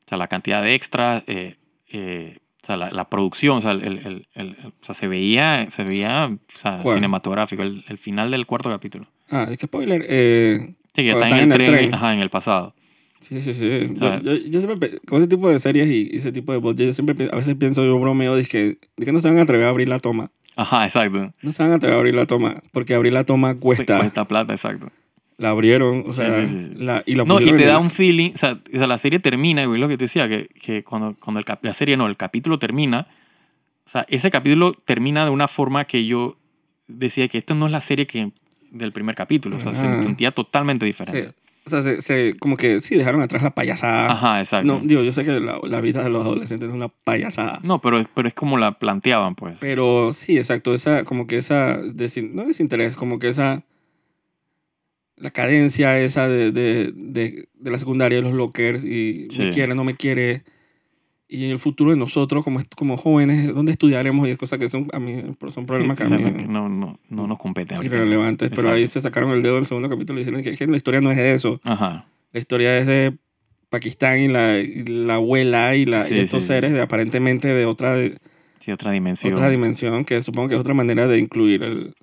[SPEAKER 2] O sea, la cantidad de extras, eh, eh, o sea, la, la producción, o sea, el, el- el- el- o sea, se veía, se veía o sea,
[SPEAKER 1] ¿Cuál?
[SPEAKER 2] cinematográfico, el, el final del cuarto capítulo.
[SPEAKER 1] Ah, es que spoiler. eh,
[SPEAKER 2] Sí, que
[SPEAKER 1] Cuando
[SPEAKER 2] está en el
[SPEAKER 1] están
[SPEAKER 2] tren, ajá, en el pasado.
[SPEAKER 1] Sí, sí, sí.
[SPEAKER 2] O sea-
[SPEAKER 1] Yo, yo, yo siempre, pe- con ese tipo de series y y ese tipo de bots, yo siempre pi- a veces pienso, yo bromeo, dije, de que no se van a atrever a abrir la toma.
[SPEAKER 2] Ajá, exacto.
[SPEAKER 1] No se van a atrever a abrir la toma, porque abrir la toma cuesta.
[SPEAKER 2] Cuesta plata, exacto.
[SPEAKER 1] La abrieron, o sea,
[SPEAKER 2] Sí, sí, sí.
[SPEAKER 1] La, y la
[SPEAKER 2] No, y
[SPEAKER 1] pusieron
[SPEAKER 2] te
[SPEAKER 1] en
[SPEAKER 2] da
[SPEAKER 1] el-
[SPEAKER 2] un feeling, o sea, o sea, la serie termina, y lo que te decía, que, que cuando, cuando el cap- la serie, no, el capítulo termina, o sea, ese capítulo termina de una forma que yo decía que esto no es la serie que del primer capítulo, o sea,
[SPEAKER 1] Ajá.
[SPEAKER 2] se sentía totalmente
[SPEAKER 1] se-
[SPEAKER 2] diferente. Ah.
[SPEAKER 1] o sea, se, se- como que sí, dejaron atrás la payasada.
[SPEAKER 2] Ajá, exacto.
[SPEAKER 1] No,
[SPEAKER 2] No,
[SPEAKER 1] digo, yo sé que la, la vida de los adolescentes es una payasada.
[SPEAKER 2] pero, es- pero es como la planteaban, pues.
[SPEAKER 1] Pero sí, exacto, esa, como que esa, desin- no desinterés, como que esa, la cadencia esa de, de, de, de la secundaria, de los lockers, y
[SPEAKER 2] Sí.
[SPEAKER 1] me quiere, no me quiere, y el futuro de nosotros como, est- como jóvenes, dónde estudiaremos, y es cosas que son, a mí, son problemas
[SPEAKER 2] Sí,
[SPEAKER 1] que a
[SPEAKER 2] exacto, que
[SPEAKER 1] mí
[SPEAKER 2] no, no, no nos compete ahorita.
[SPEAKER 1] irrelevantes, pero ahí
[SPEAKER 2] Exacto.
[SPEAKER 1] se sacaron el dedo del segundo capítulo y dijeron que, que la historia no es de eso,
[SPEAKER 2] Ajá.
[SPEAKER 1] la historia es de Pakistán y la, y la abuela y, la, y
[SPEAKER 2] Sí, sí,
[SPEAKER 1] estos
[SPEAKER 2] sí.
[SPEAKER 1] seres de, aparentemente de otra...
[SPEAKER 2] Sí, otra dimensión.
[SPEAKER 1] otra dimensión que supongo que es otra manera de incluir el,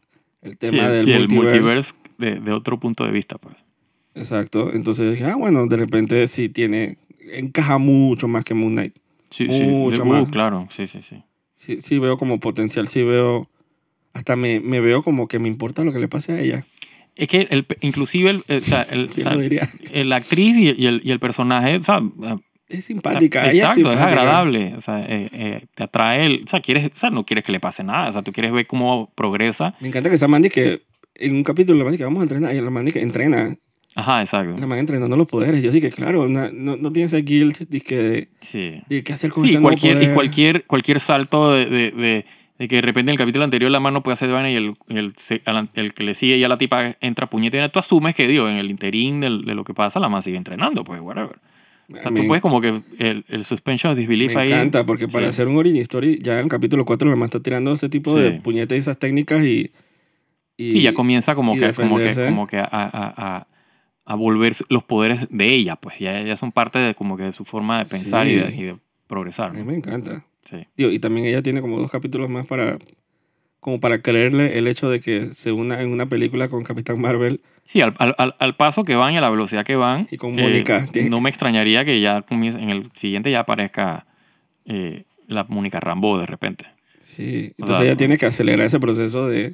[SPEAKER 1] el
[SPEAKER 2] Sí,
[SPEAKER 1] tema
[SPEAKER 2] el-
[SPEAKER 1] del
[SPEAKER 2] sí, el
[SPEAKER 1] multiverso.
[SPEAKER 2] multiverse de, de otro punto de vista, pues.
[SPEAKER 1] Exacto. Entonces dije, ah, bueno, de repente sí tiene, encaja mucho más que Moon Knight.
[SPEAKER 2] Sí, sí. de-
[SPEAKER 1] Mucho
[SPEAKER 2] uh,
[SPEAKER 1] más.
[SPEAKER 2] claro, sí, sí, sí.
[SPEAKER 1] Sí, sí veo como potencial, sí veo, hasta me, me veo como que me importa lo que le pase a ella.
[SPEAKER 2] Es que el, inclusive el, eh, o sea, el- o
[SPEAKER 1] ¿Quién
[SPEAKER 2] sea,
[SPEAKER 1] lo diría?
[SPEAKER 2] el- la actriz y, y el, y el personaje, o sea, o
[SPEAKER 1] Es
[SPEAKER 2] sea,
[SPEAKER 1] simpática. ella
[SPEAKER 2] exacto, es
[SPEAKER 1] simpática.
[SPEAKER 2] agradable, o sea, eh, eh, te atrae, el- o sea, quieres, o sea, no quieres que le pase nada, o sea, tú quieres ver cómo progresa.
[SPEAKER 1] Me encanta que esa Mandy que en un capítulo la Mandy que vamos a entrenar, y la Mandy que entrena,
[SPEAKER 2] Ajá, exacto.
[SPEAKER 1] la Mandy entrenando los poderes. Yo dije, claro, na- no, no tiene ese guilt dizque, de,
[SPEAKER 2] Sí.
[SPEAKER 1] de qué hacer con
[SPEAKER 2] Sí,
[SPEAKER 1] este nuevo
[SPEAKER 2] cualquier, y
[SPEAKER 1] poder.
[SPEAKER 2] cualquier, cualquier salto de, de- de- de que de repente en el capítulo anterior la mano puede hacer vaina y el, y el, se- al- el que le sigue ya la tipa entra puñetera, tú asumes que, digo, en el interín del- de lo que pasa, la mano sigue entrenando, pues, whatever. O sea,
[SPEAKER 1] Me
[SPEAKER 2] tú puedes como que el, el suspension of disbelief
[SPEAKER 1] Me
[SPEAKER 2] ahí.
[SPEAKER 1] encanta, porque para
[SPEAKER 2] sí.
[SPEAKER 1] hacer un origin story, ya en capítulo 4 la mamá está tirando ese tipo
[SPEAKER 2] Sí.
[SPEAKER 1] de puñetes y esas técnicas y... y
[SPEAKER 2] Sí, ya comienza como
[SPEAKER 1] y
[SPEAKER 2] que, como que,
[SPEAKER 1] defenderse.
[SPEAKER 2] como que a, a- a- a volver su- los poderes de ella, pues ya, ya son parte de como que de su forma de pensar y, de,
[SPEAKER 1] Sí.
[SPEAKER 2] y de progresar.
[SPEAKER 1] A
[SPEAKER 2] ¿no?
[SPEAKER 1] mí me encanta.
[SPEAKER 2] Sí.
[SPEAKER 1] Digo, y también ella tiene como dos capítulos más para... Como para creerle el hecho de que se una en una película con Capitán Marvel.
[SPEAKER 2] Sí, al, al- al- al paso que van y a la velocidad que van, eh,
[SPEAKER 1] Y con Mónica, tiene-
[SPEAKER 2] no me extrañaría que ya comience- en el siguiente ya aparezca eh, la Mónica Rambo de repente.
[SPEAKER 1] Sí.
[SPEAKER 2] O
[SPEAKER 1] Entonces
[SPEAKER 2] sea,
[SPEAKER 1] ella
[SPEAKER 2] no.
[SPEAKER 1] tiene que acelerar ese proceso de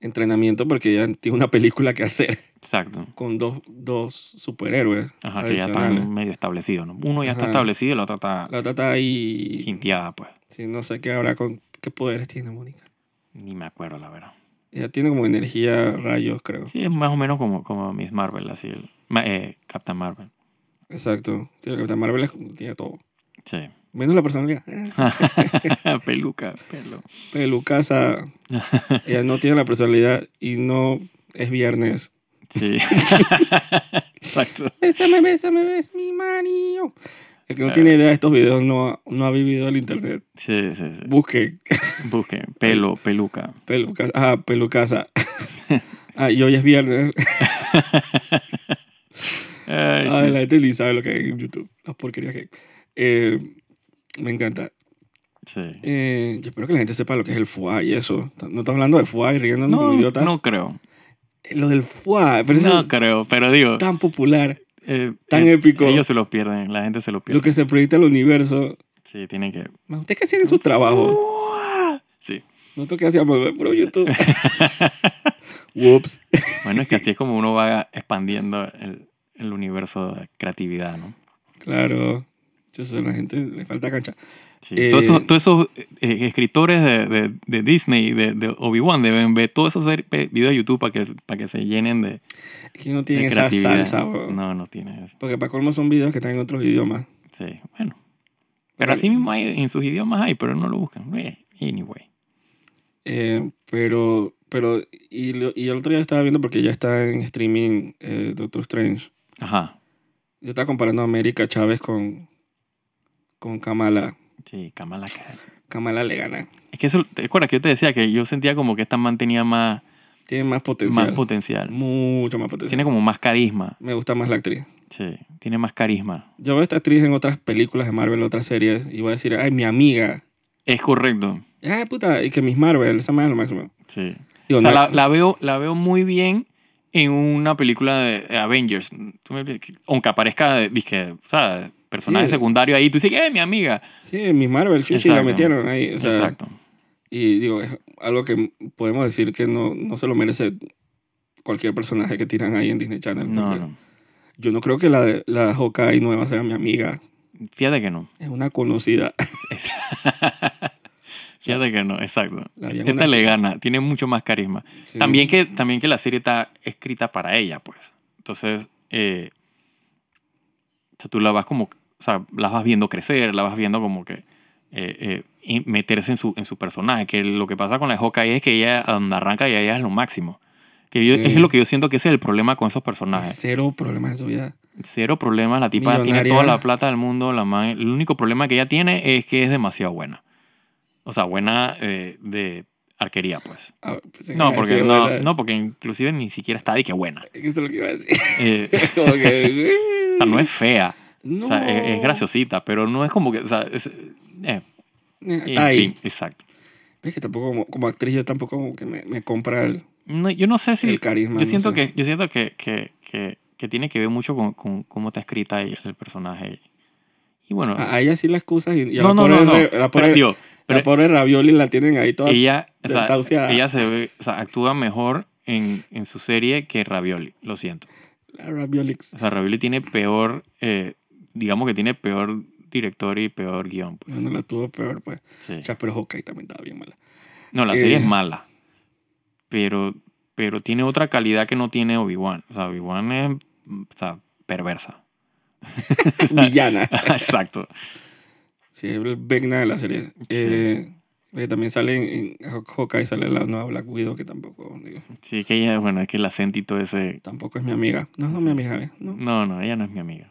[SPEAKER 1] entrenamiento porque ella tiene una película que hacer
[SPEAKER 2] Exacto.
[SPEAKER 1] con dos, dos superhéroes
[SPEAKER 2] Ajá, que ya
[SPEAKER 1] adicionales.
[SPEAKER 2] están medio establecidos. ¿no? Uno ya está
[SPEAKER 1] Ajá.
[SPEAKER 2] establecido y la otra está
[SPEAKER 1] La tata ahí...
[SPEAKER 2] jinteada, pues.
[SPEAKER 1] Sí, no sé qué habrá con... ¿Qué poderes tiene Mónica?
[SPEAKER 2] Ni me acuerdo, la verdad.
[SPEAKER 1] Ella tiene como energía, rayos, creo.
[SPEAKER 2] Sí, es más o menos como, como Miss Marvel, así, el, ma- eh, Captain Marvel.
[SPEAKER 1] Exacto. Sí, el Capitán Marvel es- tiene todo.
[SPEAKER 2] Sí.
[SPEAKER 1] Menos la personalidad. Eh,
[SPEAKER 2] Peluca, pelo.
[SPEAKER 1] Pelucasa. Ella no tiene la personalidad y no es viernes.
[SPEAKER 2] Sí. Exacto.
[SPEAKER 1] Bésame, bésame, ves mi manillo. El que no tiene idea de estos videos no ha, no ha vivido el internet.
[SPEAKER 2] Sí, sí, sí.
[SPEAKER 1] Busque
[SPEAKER 2] Busquen. Pelo, peluca.
[SPEAKER 1] peluca, ah, pelucasa. Ah, y hoy es viernes.
[SPEAKER 2] Ay,
[SPEAKER 1] Ah, la gente ni sabe lo que hay en YouTube. Las porquerías que hay. Eh, me encanta.
[SPEAKER 2] sí.
[SPEAKER 1] Eh, yo espero que la gente sepa lo que es el foie y eso. No estás hablando de foie y riéndonos
[SPEAKER 2] No,
[SPEAKER 1] como idiota. Eh,
[SPEAKER 2] no creo.
[SPEAKER 1] Lo del foie, pero eso
[SPEAKER 2] No
[SPEAKER 1] es
[SPEAKER 2] creo, pero digo.
[SPEAKER 1] tan popular.
[SPEAKER 2] eh,
[SPEAKER 1] tan
[SPEAKER 2] eh,
[SPEAKER 1] épico.
[SPEAKER 2] Ellos se los pierden, la gente se los
[SPEAKER 1] Lo
[SPEAKER 2] pierde.
[SPEAKER 1] que se proyecta al universo.
[SPEAKER 2] Sí, tienen que.
[SPEAKER 1] Man, ¿Ustedes qué hacían en sus trabajos?
[SPEAKER 2] Sí.
[SPEAKER 1] Nosotros qué hacíamos, ver puro YouTube. Whoops.
[SPEAKER 2] Bueno, es que así es como uno va expandiendo el, el universo de creatividad, ¿no?
[SPEAKER 1] Claro. Eso a la gente le falta cancha.
[SPEAKER 2] Sí.
[SPEAKER 1] Eh,
[SPEAKER 2] todos esos, todos esos, eh, escritores de, de- de Disney, de, de Obi-Wan, deben ver todos esos ser- pe- videos de YouTube para que, para que se llenen de,
[SPEAKER 1] Aquí no
[SPEAKER 2] de
[SPEAKER 1] tienen esa
[SPEAKER 2] creatividad.
[SPEAKER 1] salsa, weón.
[SPEAKER 2] no, no tiene eso.
[SPEAKER 1] Porque para colmo son videos que están en otros idiomas.
[SPEAKER 2] Sí, bueno. Pero así mismo hay, en sus idiomas hay, pero no lo buscan. Eh, Anyway.
[SPEAKER 1] Eh, pero, pero, y, lo- y el otro día estaba viendo porque ya está en streaming eh, Doctor Strange.
[SPEAKER 2] Ajá.
[SPEAKER 1] Yo estaba comparando a América Chávez con, con Kamala.
[SPEAKER 2] Sí, Kamala Khan.
[SPEAKER 1] Kamala le gana.
[SPEAKER 2] Es que eso, ¿te acuerdas que yo te decía que yo sentía como que esta man tenía más,
[SPEAKER 1] Tiene más potencial.
[SPEAKER 2] más potencial?
[SPEAKER 1] Mucho más potencial.
[SPEAKER 2] Tiene como más carisma.
[SPEAKER 1] Me gusta más la actriz.
[SPEAKER 2] Sí, tiene más carisma.
[SPEAKER 1] Yo veo a esta actriz en otras películas de Marvel, otras series, y voy a decir, ay, mi amiga.
[SPEAKER 2] Es correcto.
[SPEAKER 1] Ay, puta, y que mis Marvel, esa madre es lo máximo.
[SPEAKER 2] Sí.
[SPEAKER 1] Digo,
[SPEAKER 2] O
[SPEAKER 1] no-
[SPEAKER 2] sea, la, la veo, la veo muy bien en una película de Avengers. Tú me- aunque aparezca, dije, o sea, personaje
[SPEAKER 1] Sí.
[SPEAKER 2] secundario ahí, tú dices, ¡eh, mi amiga!
[SPEAKER 1] Sí, mis Marvel, sí, sí, la
[SPEAKER 2] Exacto.
[SPEAKER 1] metieron ahí. O sea,
[SPEAKER 2] Exacto.
[SPEAKER 1] Y digo, es algo que podemos decir que no, no se lo merece cualquier personaje que tiran ahí en Disney Channel.
[SPEAKER 2] No,
[SPEAKER 1] Porque
[SPEAKER 2] no.
[SPEAKER 1] Yo no creo que la, la Hawkeye nueva sea mi amiga.
[SPEAKER 2] Fíjate que no.
[SPEAKER 1] Es una conocida.
[SPEAKER 2] Es- Fíjate que no, exacto.
[SPEAKER 1] La vi en
[SPEAKER 2] Esta
[SPEAKER 1] una-
[SPEAKER 2] le gana, tiene mucho más carisma.
[SPEAKER 1] Sí.
[SPEAKER 2] También, que, también que la serie está escrita para ella, pues. Entonces, eh, o sea, tú la vas como, o sea, la vas viendo crecer, la vas viendo como que eh, eh, y meterse en su, en su personaje. Que lo que pasa con la Hawkeye es que ella a donde arranca y ella es lo máximo. Que yo-
[SPEAKER 1] Sí.
[SPEAKER 2] Es lo que yo siento que ese es el problema con esos personajes.
[SPEAKER 1] Cero problemas en su vida.
[SPEAKER 2] Cero problemas, la tipa tiene
[SPEAKER 1] Millonaria.
[SPEAKER 2] toda la plata del mundo, la man, el único problema que ella tiene es que es demasiado buena. O sea, buena eh, de arquería, pues.
[SPEAKER 1] Ah, pensé
[SPEAKER 2] No,
[SPEAKER 1] que
[SPEAKER 2] porque,
[SPEAKER 1] iba a decir,
[SPEAKER 2] no,
[SPEAKER 1] ¿verdad?
[SPEAKER 2] no, porque inclusive ni siquiera está de que buena.
[SPEAKER 1] Eso es lo que iba a decir.
[SPEAKER 2] Eh,
[SPEAKER 1] Como que-
[SPEAKER 2] o sea, no es fea.
[SPEAKER 1] No.
[SPEAKER 2] O sea, e, es, es graciosita, pero no es como que. O sea, es- eh, en
[SPEAKER 1] Está ahí.
[SPEAKER 2] fin, exacto.
[SPEAKER 1] Es que tampoco, como, como actriz, yo tampoco como que me, me compra el...
[SPEAKER 2] No, yo no sé si.
[SPEAKER 1] El carisma,
[SPEAKER 2] Yo
[SPEAKER 1] no
[SPEAKER 2] siento,
[SPEAKER 1] sé.
[SPEAKER 2] que, yo siento que, que, que, que tiene que ver mucho con, con cómo está escrita el, el personaje. Y bueno.
[SPEAKER 1] A, a ella sí la excusas y, Ah, y a
[SPEAKER 2] no,
[SPEAKER 1] la
[SPEAKER 2] no,
[SPEAKER 1] pobre,
[SPEAKER 2] no, no.
[SPEAKER 1] re- La
[SPEAKER 2] Pero,
[SPEAKER 1] pobre,
[SPEAKER 2] tío, pero
[SPEAKER 1] la pobre Ravioli la tienen ahí toda...
[SPEAKER 2] ella, o sea,
[SPEAKER 1] desahuciada.
[SPEAKER 2] ella se ve, o sea, actúa mejor en, en su serie que Ravioli, lo siento.
[SPEAKER 1] La Ravioli.
[SPEAKER 2] O sea, Ravioli tiene peor, eh, digamos que tiene peor director y peor guión. pues.
[SPEAKER 1] No la tuvo peor, pues.
[SPEAKER 2] Sí.
[SPEAKER 1] Chas, pero Hawkeye también estaba bien mala.
[SPEAKER 2] No, la
[SPEAKER 1] Eh.
[SPEAKER 2] serie es mala. Pero, pero tiene otra calidad que no tiene Obi-Wan. O sea, Obi-Wan es o sea, perversa.
[SPEAKER 1] Villana.
[SPEAKER 2] Exacto.
[SPEAKER 1] Sí, es el Vecna de la serie. Eh, eh, también sale en, en Haw- Hawkeye, sale la nueva Black Widow, que tampoco, digo,
[SPEAKER 2] Sí, que ella, bueno, es que el acentito ese.
[SPEAKER 1] tampoco es mi amiga. No, no es mi amiga, ¿eh? No.
[SPEAKER 2] No, no, ella no es mi amiga.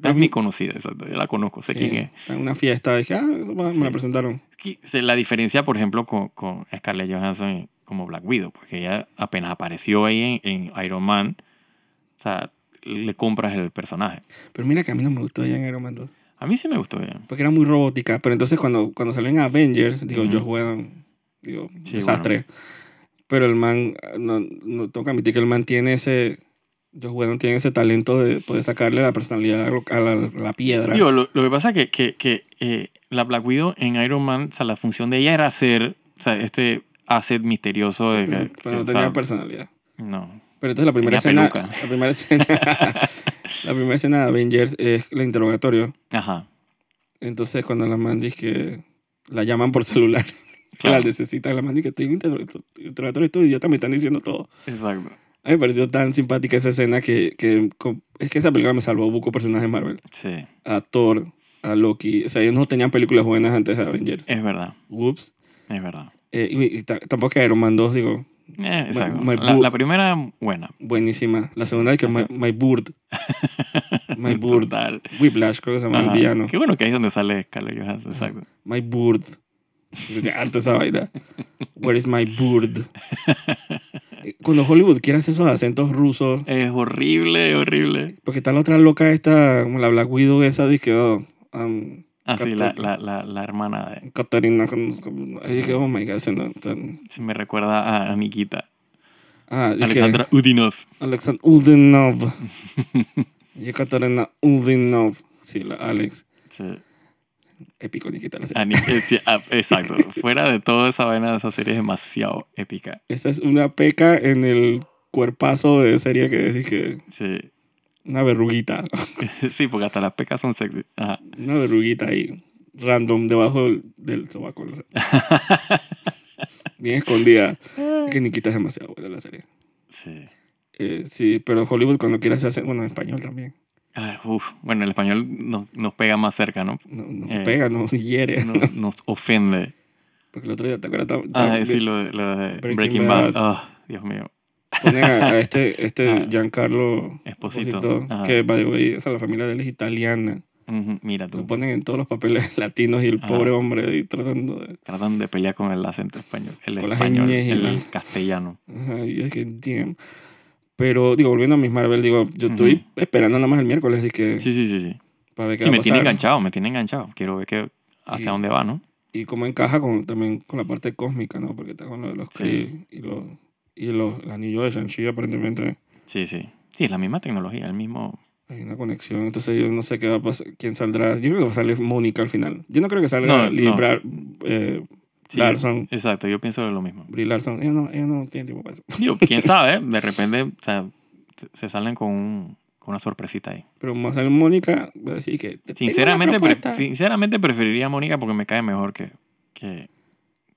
[SPEAKER 1] Pero-
[SPEAKER 2] es mi conocida, exacto. Yo la conozco, sé
[SPEAKER 1] Sí,
[SPEAKER 2] quién es.
[SPEAKER 1] está en una fiesta, dije, ah, eso va, me la presentaron.
[SPEAKER 2] Es que se- La diferencia, por ejemplo, con, con Scarlett Johansson y- como Black Widow, porque ella apenas apareció ahí en, en Iron Man, o sea, le compras el personaje.
[SPEAKER 1] Pero mira que a mí no me gustó ella en Iron Man 2,
[SPEAKER 2] A mí sí me gustó ella.
[SPEAKER 1] porque era muy robótica. Pero entonces cuando, cuando salió en Avengers, digo, yo Whedon, digo,
[SPEAKER 2] Sí,
[SPEAKER 1] desastre. Pero el man, ah, no, no tengo que admitir que el man tiene ese... Josh Whedon tiene ese talento de poder sacarle la personalidad a lo- a la, la piedra.
[SPEAKER 2] Digo, lo, lo que pasa es que, que, que, eh, la Black Widow en Iron Man, o sea, la función de ella era ser o sea, este asset misterioso de que, que,
[SPEAKER 1] pero no
[SPEAKER 2] o sea,
[SPEAKER 1] tenía personalidad.
[SPEAKER 2] no.
[SPEAKER 1] Pero entonces la primera
[SPEAKER 2] eh, Tenía
[SPEAKER 1] escena,
[SPEAKER 2] peluca.
[SPEAKER 1] la primera escena, la primera escena de Avengers es el interrogatorio.
[SPEAKER 2] Ajá.
[SPEAKER 1] Entonces cuando la mandis que la llaman por celular, que
[SPEAKER 2] Claro.
[SPEAKER 1] la necesitan, la mandis que estoy en inter- interrogatorio, estoy idiota, me están diciendo todo.
[SPEAKER 2] Exacto.
[SPEAKER 1] A mí me pareció tan simpática esa escena que, que con- es que esa película me salvó buco personajes de Marvel,
[SPEAKER 2] Sí,
[SPEAKER 1] a Thor, a Loki, o sea, ellos no tenían películas buenas antes de Avengers.
[SPEAKER 2] es verdad,
[SPEAKER 1] Whoops.
[SPEAKER 2] es verdad.
[SPEAKER 1] Eh, y, y ta- tampoco que Iron Man 2, digo,
[SPEAKER 2] Eh, exacto.
[SPEAKER 1] my
[SPEAKER 2] la,
[SPEAKER 1] book.
[SPEAKER 2] la primera, buena.
[SPEAKER 1] Buenísima. La segunda es que My, My Bird. My Bird.
[SPEAKER 2] Total.
[SPEAKER 1] Whiplash, creo que se llama el
[SPEAKER 2] Ajá.
[SPEAKER 1] villano.
[SPEAKER 2] Qué bueno que ahí es donde sale Scarlett Johansson. Exacto.
[SPEAKER 1] My Bird. Qué harta esa vaina. Where is my bird? Eh, Cuando Hollywood quiere hacer esos acentos rusos,
[SPEAKER 2] Es horrible, horrible.
[SPEAKER 1] porque está la otra loca esta, como la Black Widow esa, dice que, oh, um,
[SPEAKER 2] Así,
[SPEAKER 1] Católica.
[SPEAKER 2] Ah, la, la, la, la hermana de.
[SPEAKER 1] Katarina, y dije, oh my god, ese no, tan-
[SPEAKER 2] se me recuerda a, a Nikita.
[SPEAKER 1] ah, dije,
[SPEAKER 2] Alexandra Udinov.
[SPEAKER 1] Alexander Udinov. y Katarina Udinov. Sí, la Alex.
[SPEAKER 2] Sí.
[SPEAKER 1] Épico, digital.
[SPEAKER 2] A Ni- eh, sí, ah, Exacto. Fuera de toda esa vaina, esa serie es demasiado épica.
[SPEAKER 1] Esta es una peca en el cuerpazo de serie que es dizque,
[SPEAKER 2] Sí.
[SPEAKER 1] una verruguita.
[SPEAKER 2] Sí, porque hasta las pecas son sexy. Ajá.
[SPEAKER 1] Una verruguita ahí, random, debajo del, del sobaco. no sé. Bien escondida. Es que Nikita es demasiado buena la serie.
[SPEAKER 2] Sí.
[SPEAKER 1] Eh, sí, pero Hollywood cuando quiera se hace, bueno, en español también.
[SPEAKER 2] Ah, uf. Bueno, el español nos, nos pega más cerca, ¿no?
[SPEAKER 1] No, no
[SPEAKER 2] Eh.
[SPEAKER 1] pega, no hiere.
[SPEAKER 2] No- Nos ofende.
[SPEAKER 1] Porque el otro día, ¿te acuerdas? Ta- ta-
[SPEAKER 2] Ah, sí, lo de, lo de
[SPEAKER 1] Breaking
[SPEAKER 2] Breaking,
[SPEAKER 1] Bad.
[SPEAKER 2] Bad. Ah, Dios mío.
[SPEAKER 1] Ponen a, a este, este
[SPEAKER 2] Ah.
[SPEAKER 1] Giancarlo
[SPEAKER 2] Esposito.
[SPEAKER 1] Esposito,
[SPEAKER 2] Ajá.
[SPEAKER 1] que by the way, esa, la familia de él es italiana.
[SPEAKER 2] Ujú, Mira tú.
[SPEAKER 1] Lo ponen en todos los papeles latinos y el
[SPEAKER 2] Ajá.
[SPEAKER 1] pobre hombre ahí tratando de
[SPEAKER 2] Tratan de pelear con el acento español. El
[SPEAKER 1] Con las
[SPEAKER 2] español,
[SPEAKER 1] ñes y
[SPEAKER 2] el
[SPEAKER 1] las-
[SPEAKER 2] castellano.
[SPEAKER 1] Ajá, y es que, damn. Pero, digo, volviendo a mis Marvel, digo, yo estoy esperando nada más el miércoles de que,
[SPEAKER 2] Sí, sí, sí. sí.
[SPEAKER 1] para ver qué
[SPEAKER 2] Sí,
[SPEAKER 1] va
[SPEAKER 2] me
[SPEAKER 1] a
[SPEAKER 2] tiene
[SPEAKER 1] pasar.
[SPEAKER 2] enganchado, me tiene enganchado. Quiero ver qué,
[SPEAKER 1] Y-
[SPEAKER 2] hacia dónde va, ¿no?
[SPEAKER 1] y cómo encaja con, también con la parte cósmica, ¿no? Porque está con lo de los
[SPEAKER 2] Sí.
[SPEAKER 1] Kree y, los, y los, el anillo de Shang-Chi, aparentemente.
[SPEAKER 2] Sí, sí. Sí, es la misma tecnología, el mismo...
[SPEAKER 1] Hay una conexión, entonces yo no sé qué va a pasar, quién saldrá. Yo creo que va a salir Mónica al final. Yo no creo que salga
[SPEAKER 2] No,
[SPEAKER 1] Lee
[SPEAKER 2] no.
[SPEAKER 1] Bra- eh,
[SPEAKER 2] Sí,
[SPEAKER 1] Larson.
[SPEAKER 2] Exacto, yo pienso lo mismo.
[SPEAKER 1] Brie Larson. Ella no, ella no tiene tiempo para eso.
[SPEAKER 2] Digo, quién sabe, de repente o sea, se salen con, un- con una sorpresita ahí.
[SPEAKER 1] Pero va a salir Mónica, va a decir que... te tengo una
[SPEAKER 2] Sinceramente, pref-
[SPEAKER 1] propuesta.
[SPEAKER 2] sinceramente preferiría a Mónica porque me cae mejor que, que,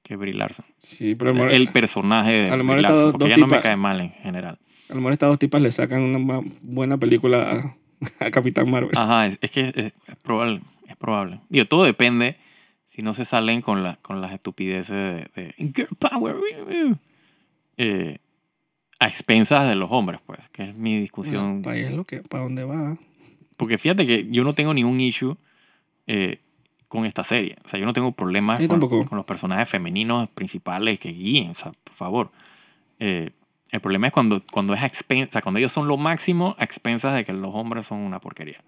[SPEAKER 2] que Brie Larson.
[SPEAKER 1] Sí, pero a lo mejor-
[SPEAKER 2] El personaje de
[SPEAKER 1] a lo mejor
[SPEAKER 2] Brie
[SPEAKER 1] estas
[SPEAKER 2] Larson,
[SPEAKER 1] dos-
[SPEAKER 2] porque
[SPEAKER 1] dos
[SPEAKER 2] ella no me
[SPEAKER 1] tipas-
[SPEAKER 2] cae mal en general.
[SPEAKER 1] A lo mejor estas dos tipas le sacan una ma- buena película a, a Capitán Marvel.
[SPEAKER 2] Ajá, es, es que es, es probable, es probable. Digo, todo depende si no se salen con, la, con las estupideces de, de Girl Power eh, a expensas de los hombres, pues, que es mi discusión
[SPEAKER 1] Para Ah, es lo que, para dónde va.
[SPEAKER 2] Porque fíjate que yo no tengo ningún issue eh, con esta serie. O sea, yo no tengo problemas
[SPEAKER 1] Yo
[SPEAKER 2] con,
[SPEAKER 1] tampoco.
[SPEAKER 2] con los personajes femeninos principales que guíen, o sea, por favor. Eh, el problema es cuando, cuando es a expensa, cuando ellos son lo máximo a expensas de que los hombres son una porquería.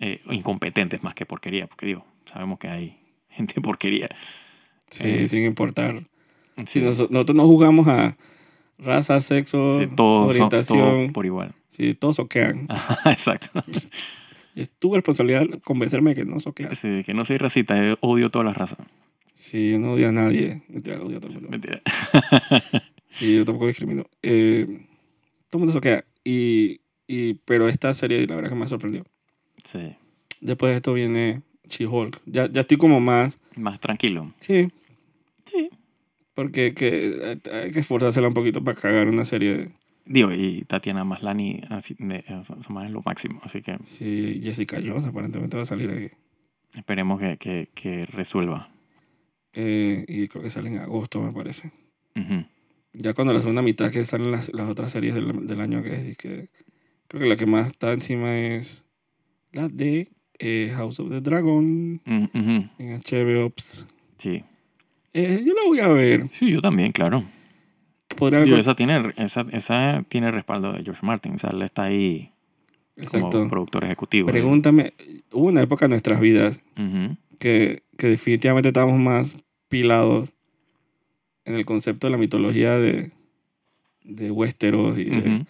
[SPEAKER 2] Eh, o incompetentes más que porquería, porque digo, sabemos que hay gente porquería.
[SPEAKER 1] Sí,
[SPEAKER 2] Eh.
[SPEAKER 1] sin importar. Si
[SPEAKER 2] Sí,
[SPEAKER 1] nos- nosotros no jugamos a raza, sexo,
[SPEAKER 2] sí, todos son- todos
[SPEAKER 1] orientación,
[SPEAKER 2] por Ah. igual.
[SPEAKER 1] sí, todos soquean.
[SPEAKER 2] Exacto.
[SPEAKER 1] Es tu responsabilidad convencerme de que no soqueas.
[SPEAKER 2] Sí, que no soy racista, yo odio todas las razas.
[SPEAKER 1] Sí, yo no odio a nadie. Mentira, odio a todo el mundo.
[SPEAKER 2] Mentira.
[SPEAKER 1] Sí, yo tampoco discrimino. Eh, todo el mundo soquea. Y, y, pero esta serie, la verdad que me sorprendió.
[SPEAKER 2] Sí.
[SPEAKER 1] Después de esto viene She-Hulk. Ya, ya estoy como más...
[SPEAKER 2] Más tranquilo.
[SPEAKER 1] Sí,
[SPEAKER 2] Sí.
[SPEAKER 1] Porque que, hay que esforzársela un poquito para cagar una serie.
[SPEAKER 2] Digo, y Tatiana Maslany así, de- eh, son- son más lo máximo, así que
[SPEAKER 1] Sí, Jessica Jones aparentemente va a salir ahí.
[SPEAKER 2] esperemos que, que, que resuelva.
[SPEAKER 1] Eh, y creo que sale en agosto, me parece.
[SPEAKER 2] Ujú.
[SPEAKER 1] Ya cuando la segunda mitad que salen las, las otras series del, del año, que es y que creo que la que más está encima es la de eh, House of the Dragon
[SPEAKER 2] Mm, ujú.
[SPEAKER 1] en HBO. Ops.
[SPEAKER 2] Sí.
[SPEAKER 1] Eh, yo la voy a ver.
[SPEAKER 2] Sí, yo también, claro.
[SPEAKER 1] Podría
[SPEAKER 2] Digo,
[SPEAKER 1] ver-
[SPEAKER 2] esa tiene, esa, esa tiene respaldo de George Martin, o sea, él está ahí como
[SPEAKER 1] Exacto.
[SPEAKER 2] productor ejecutivo. ¿eh?
[SPEAKER 1] Pregúntame, hubo una época en nuestras vidas
[SPEAKER 2] Ujú.
[SPEAKER 1] que, que definitivamente estábamos más pilados en el concepto de la mitología de, de Westeros y de-
[SPEAKER 2] Ujú.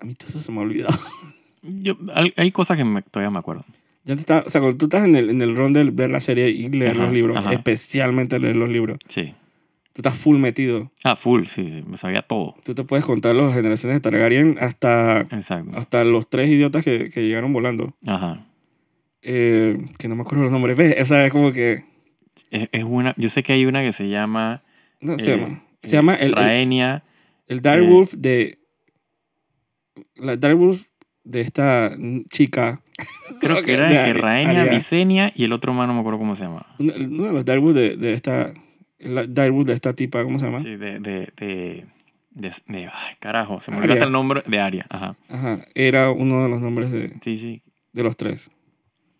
[SPEAKER 1] A mí todo eso se me ha olvidado.
[SPEAKER 2] Yo- hay, hay cosas que me- todavía me acuerdo.
[SPEAKER 1] Yo antes estaba- o sea, cuando tú estás en el, en el ron de ver la serie y leer
[SPEAKER 2] Ajá,
[SPEAKER 1] los libros,
[SPEAKER 2] ajá.
[SPEAKER 1] especialmente leer los libros,
[SPEAKER 2] Sí.
[SPEAKER 1] tú estás full metido.
[SPEAKER 2] Ah, full, sí, sí, me sabía todo.
[SPEAKER 1] Tú te puedes contar las generaciones de Targaryen hasta,
[SPEAKER 2] Exacto.
[SPEAKER 1] hasta los tres idiotas que, que llegaron volando.
[SPEAKER 2] Ajá.
[SPEAKER 1] Eh, que no me acuerdo los nombres. ¿Ves? Esa es como que...
[SPEAKER 2] Es, es una, yo sé que hay una que se llama...
[SPEAKER 1] No, se
[SPEAKER 2] eh,
[SPEAKER 1] llama. Se
[SPEAKER 2] eh,
[SPEAKER 1] llama el, el,
[SPEAKER 2] Rhaenyra.
[SPEAKER 1] El Dire
[SPEAKER 2] Eh.
[SPEAKER 1] Wolf de. La Dire Wolf de esta chica.
[SPEAKER 2] Creo que era
[SPEAKER 1] de
[SPEAKER 2] de que
[SPEAKER 1] Ari-
[SPEAKER 2] Raenia,
[SPEAKER 1] Aria.
[SPEAKER 2] Vicenia y el otro más no me acuerdo cómo se llama.
[SPEAKER 1] Uno uno de los Dire Wolf de, de esta la Direwolf de esta tipa, ¿cómo se llama?
[SPEAKER 2] Sí, de, de, de, de- de- ay, carajo, se me olvidó hasta
[SPEAKER 1] Aria.
[SPEAKER 2] el nombre de Aria. Ajá.
[SPEAKER 1] Ajá, era uno de los nombres de,
[SPEAKER 2] Sí, sí,
[SPEAKER 1] de los tres.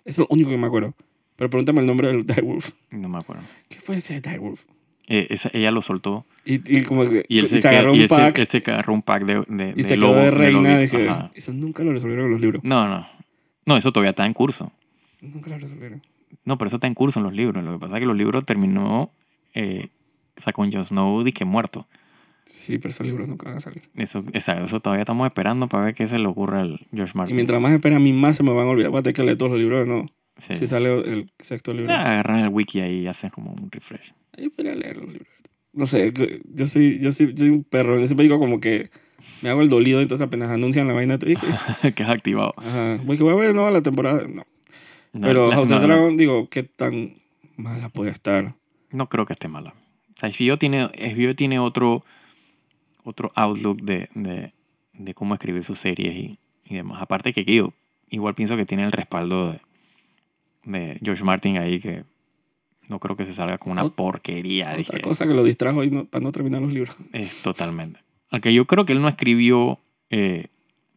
[SPEAKER 1] Es lo único que me acuerdo. Pero pregúntame el nombre del Direwolf.
[SPEAKER 2] no me acuerdo.
[SPEAKER 1] ¿Qué fue ese Direwolf?
[SPEAKER 2] Eh, esa- ella lo soltó
[SPEAKER 1] Y, y como que-
[SPEAKER 2] y él
[SPEAKER 1] y
[SPEAKER 2] se,
[SPEAKER 1] se
[SPEAKER 2] queda-
[SPEAKER 1] agarró
[SPEAKER 2] y
[SPEAKER 1] un
[SPEAKER 2] él se-
[SPEAKER 1] pack
[SPEAKER 2] él se agarró un pack de, de,
[SPEAKER 1] y
[SPEAKER 2] de
[SPEAKER 1] se quedó
[SPEAKER 2] lobo-
[SPEAKER 1] de reina.
[SPEAKER 2] lobito.
[SPEAKER 1] dije,
[SPEAKER 2] Ajá.
[SPEAKER 1] eso nunca lo resolvieron en los libros.
[SPEAKER 2] No, no. No, eso todavía está en curso.
[SPEAKER 1] Nunca lo resolvieron.
[SPEAKER 2] No, pero eso está en curso en los libros. Lo que pasa es que los libros terminó eh, o sea, con Jon Snow que muerto.
[SPEAKER 1] Sí, pero esos libros nunca van a salir.
[SPEAKER 2] Eso, esa- eso todavía estamos esperando para ver qué se le ocurre al George
[SPEAKER 1] Y
[SPEAKER 2] Martin.
[SPEAKER 1] mientras más espera, a mí más se me van a olvidar. Voy a tener que leer todos los libros no
[SPEAKER 2] Sí.
[SPEAKER 1] Si sale el sexto libro.
[SPEAKER 2] Ah, agarras el wiki ahí y haces como un refresh.
[SPEAKER 1] Yo podría leer los libros. No sé, yo soy, yo soy, yo soy un perro. Yo siempre digo como que me hago el dolido, entonces apenas anuncian la vaina. tú-
[SPEAKER 2] que has activado.
[SPEAKER 1] Ajá, voy que voy a ver no, la temporada. No.
[SPEAKER 2] No,
[SPEAKER 1] Pero
[SPEAKER 2] la-
[SPEAKER 1] House of
[SPEAKER 2] no,
[SPEAKER 1] Dragon, digo, ¿qué tan mala puede estar?
[SPEAKER 2] no creo que esté mala. O sea, HBO tiene, HBO tiene otro, otro outlook de, de, de cómo escribir sus series y, y demás. Aparte que yo igual pienso que tiene el respaldo de, de George Martin ahí que no creo que se salga con una
[SPEAKER 1] Ot-
[SPEAKER 2] porquería.
[SPEAKER 1] Otra
[SPEAKER 2] Ah, dije.
[SPEAKER 1] cosa que lo distrajo y no, para no terminar los libros.
[SPEAKER 2] Es totalmente. Aunque yo creo que él no escribió, eh,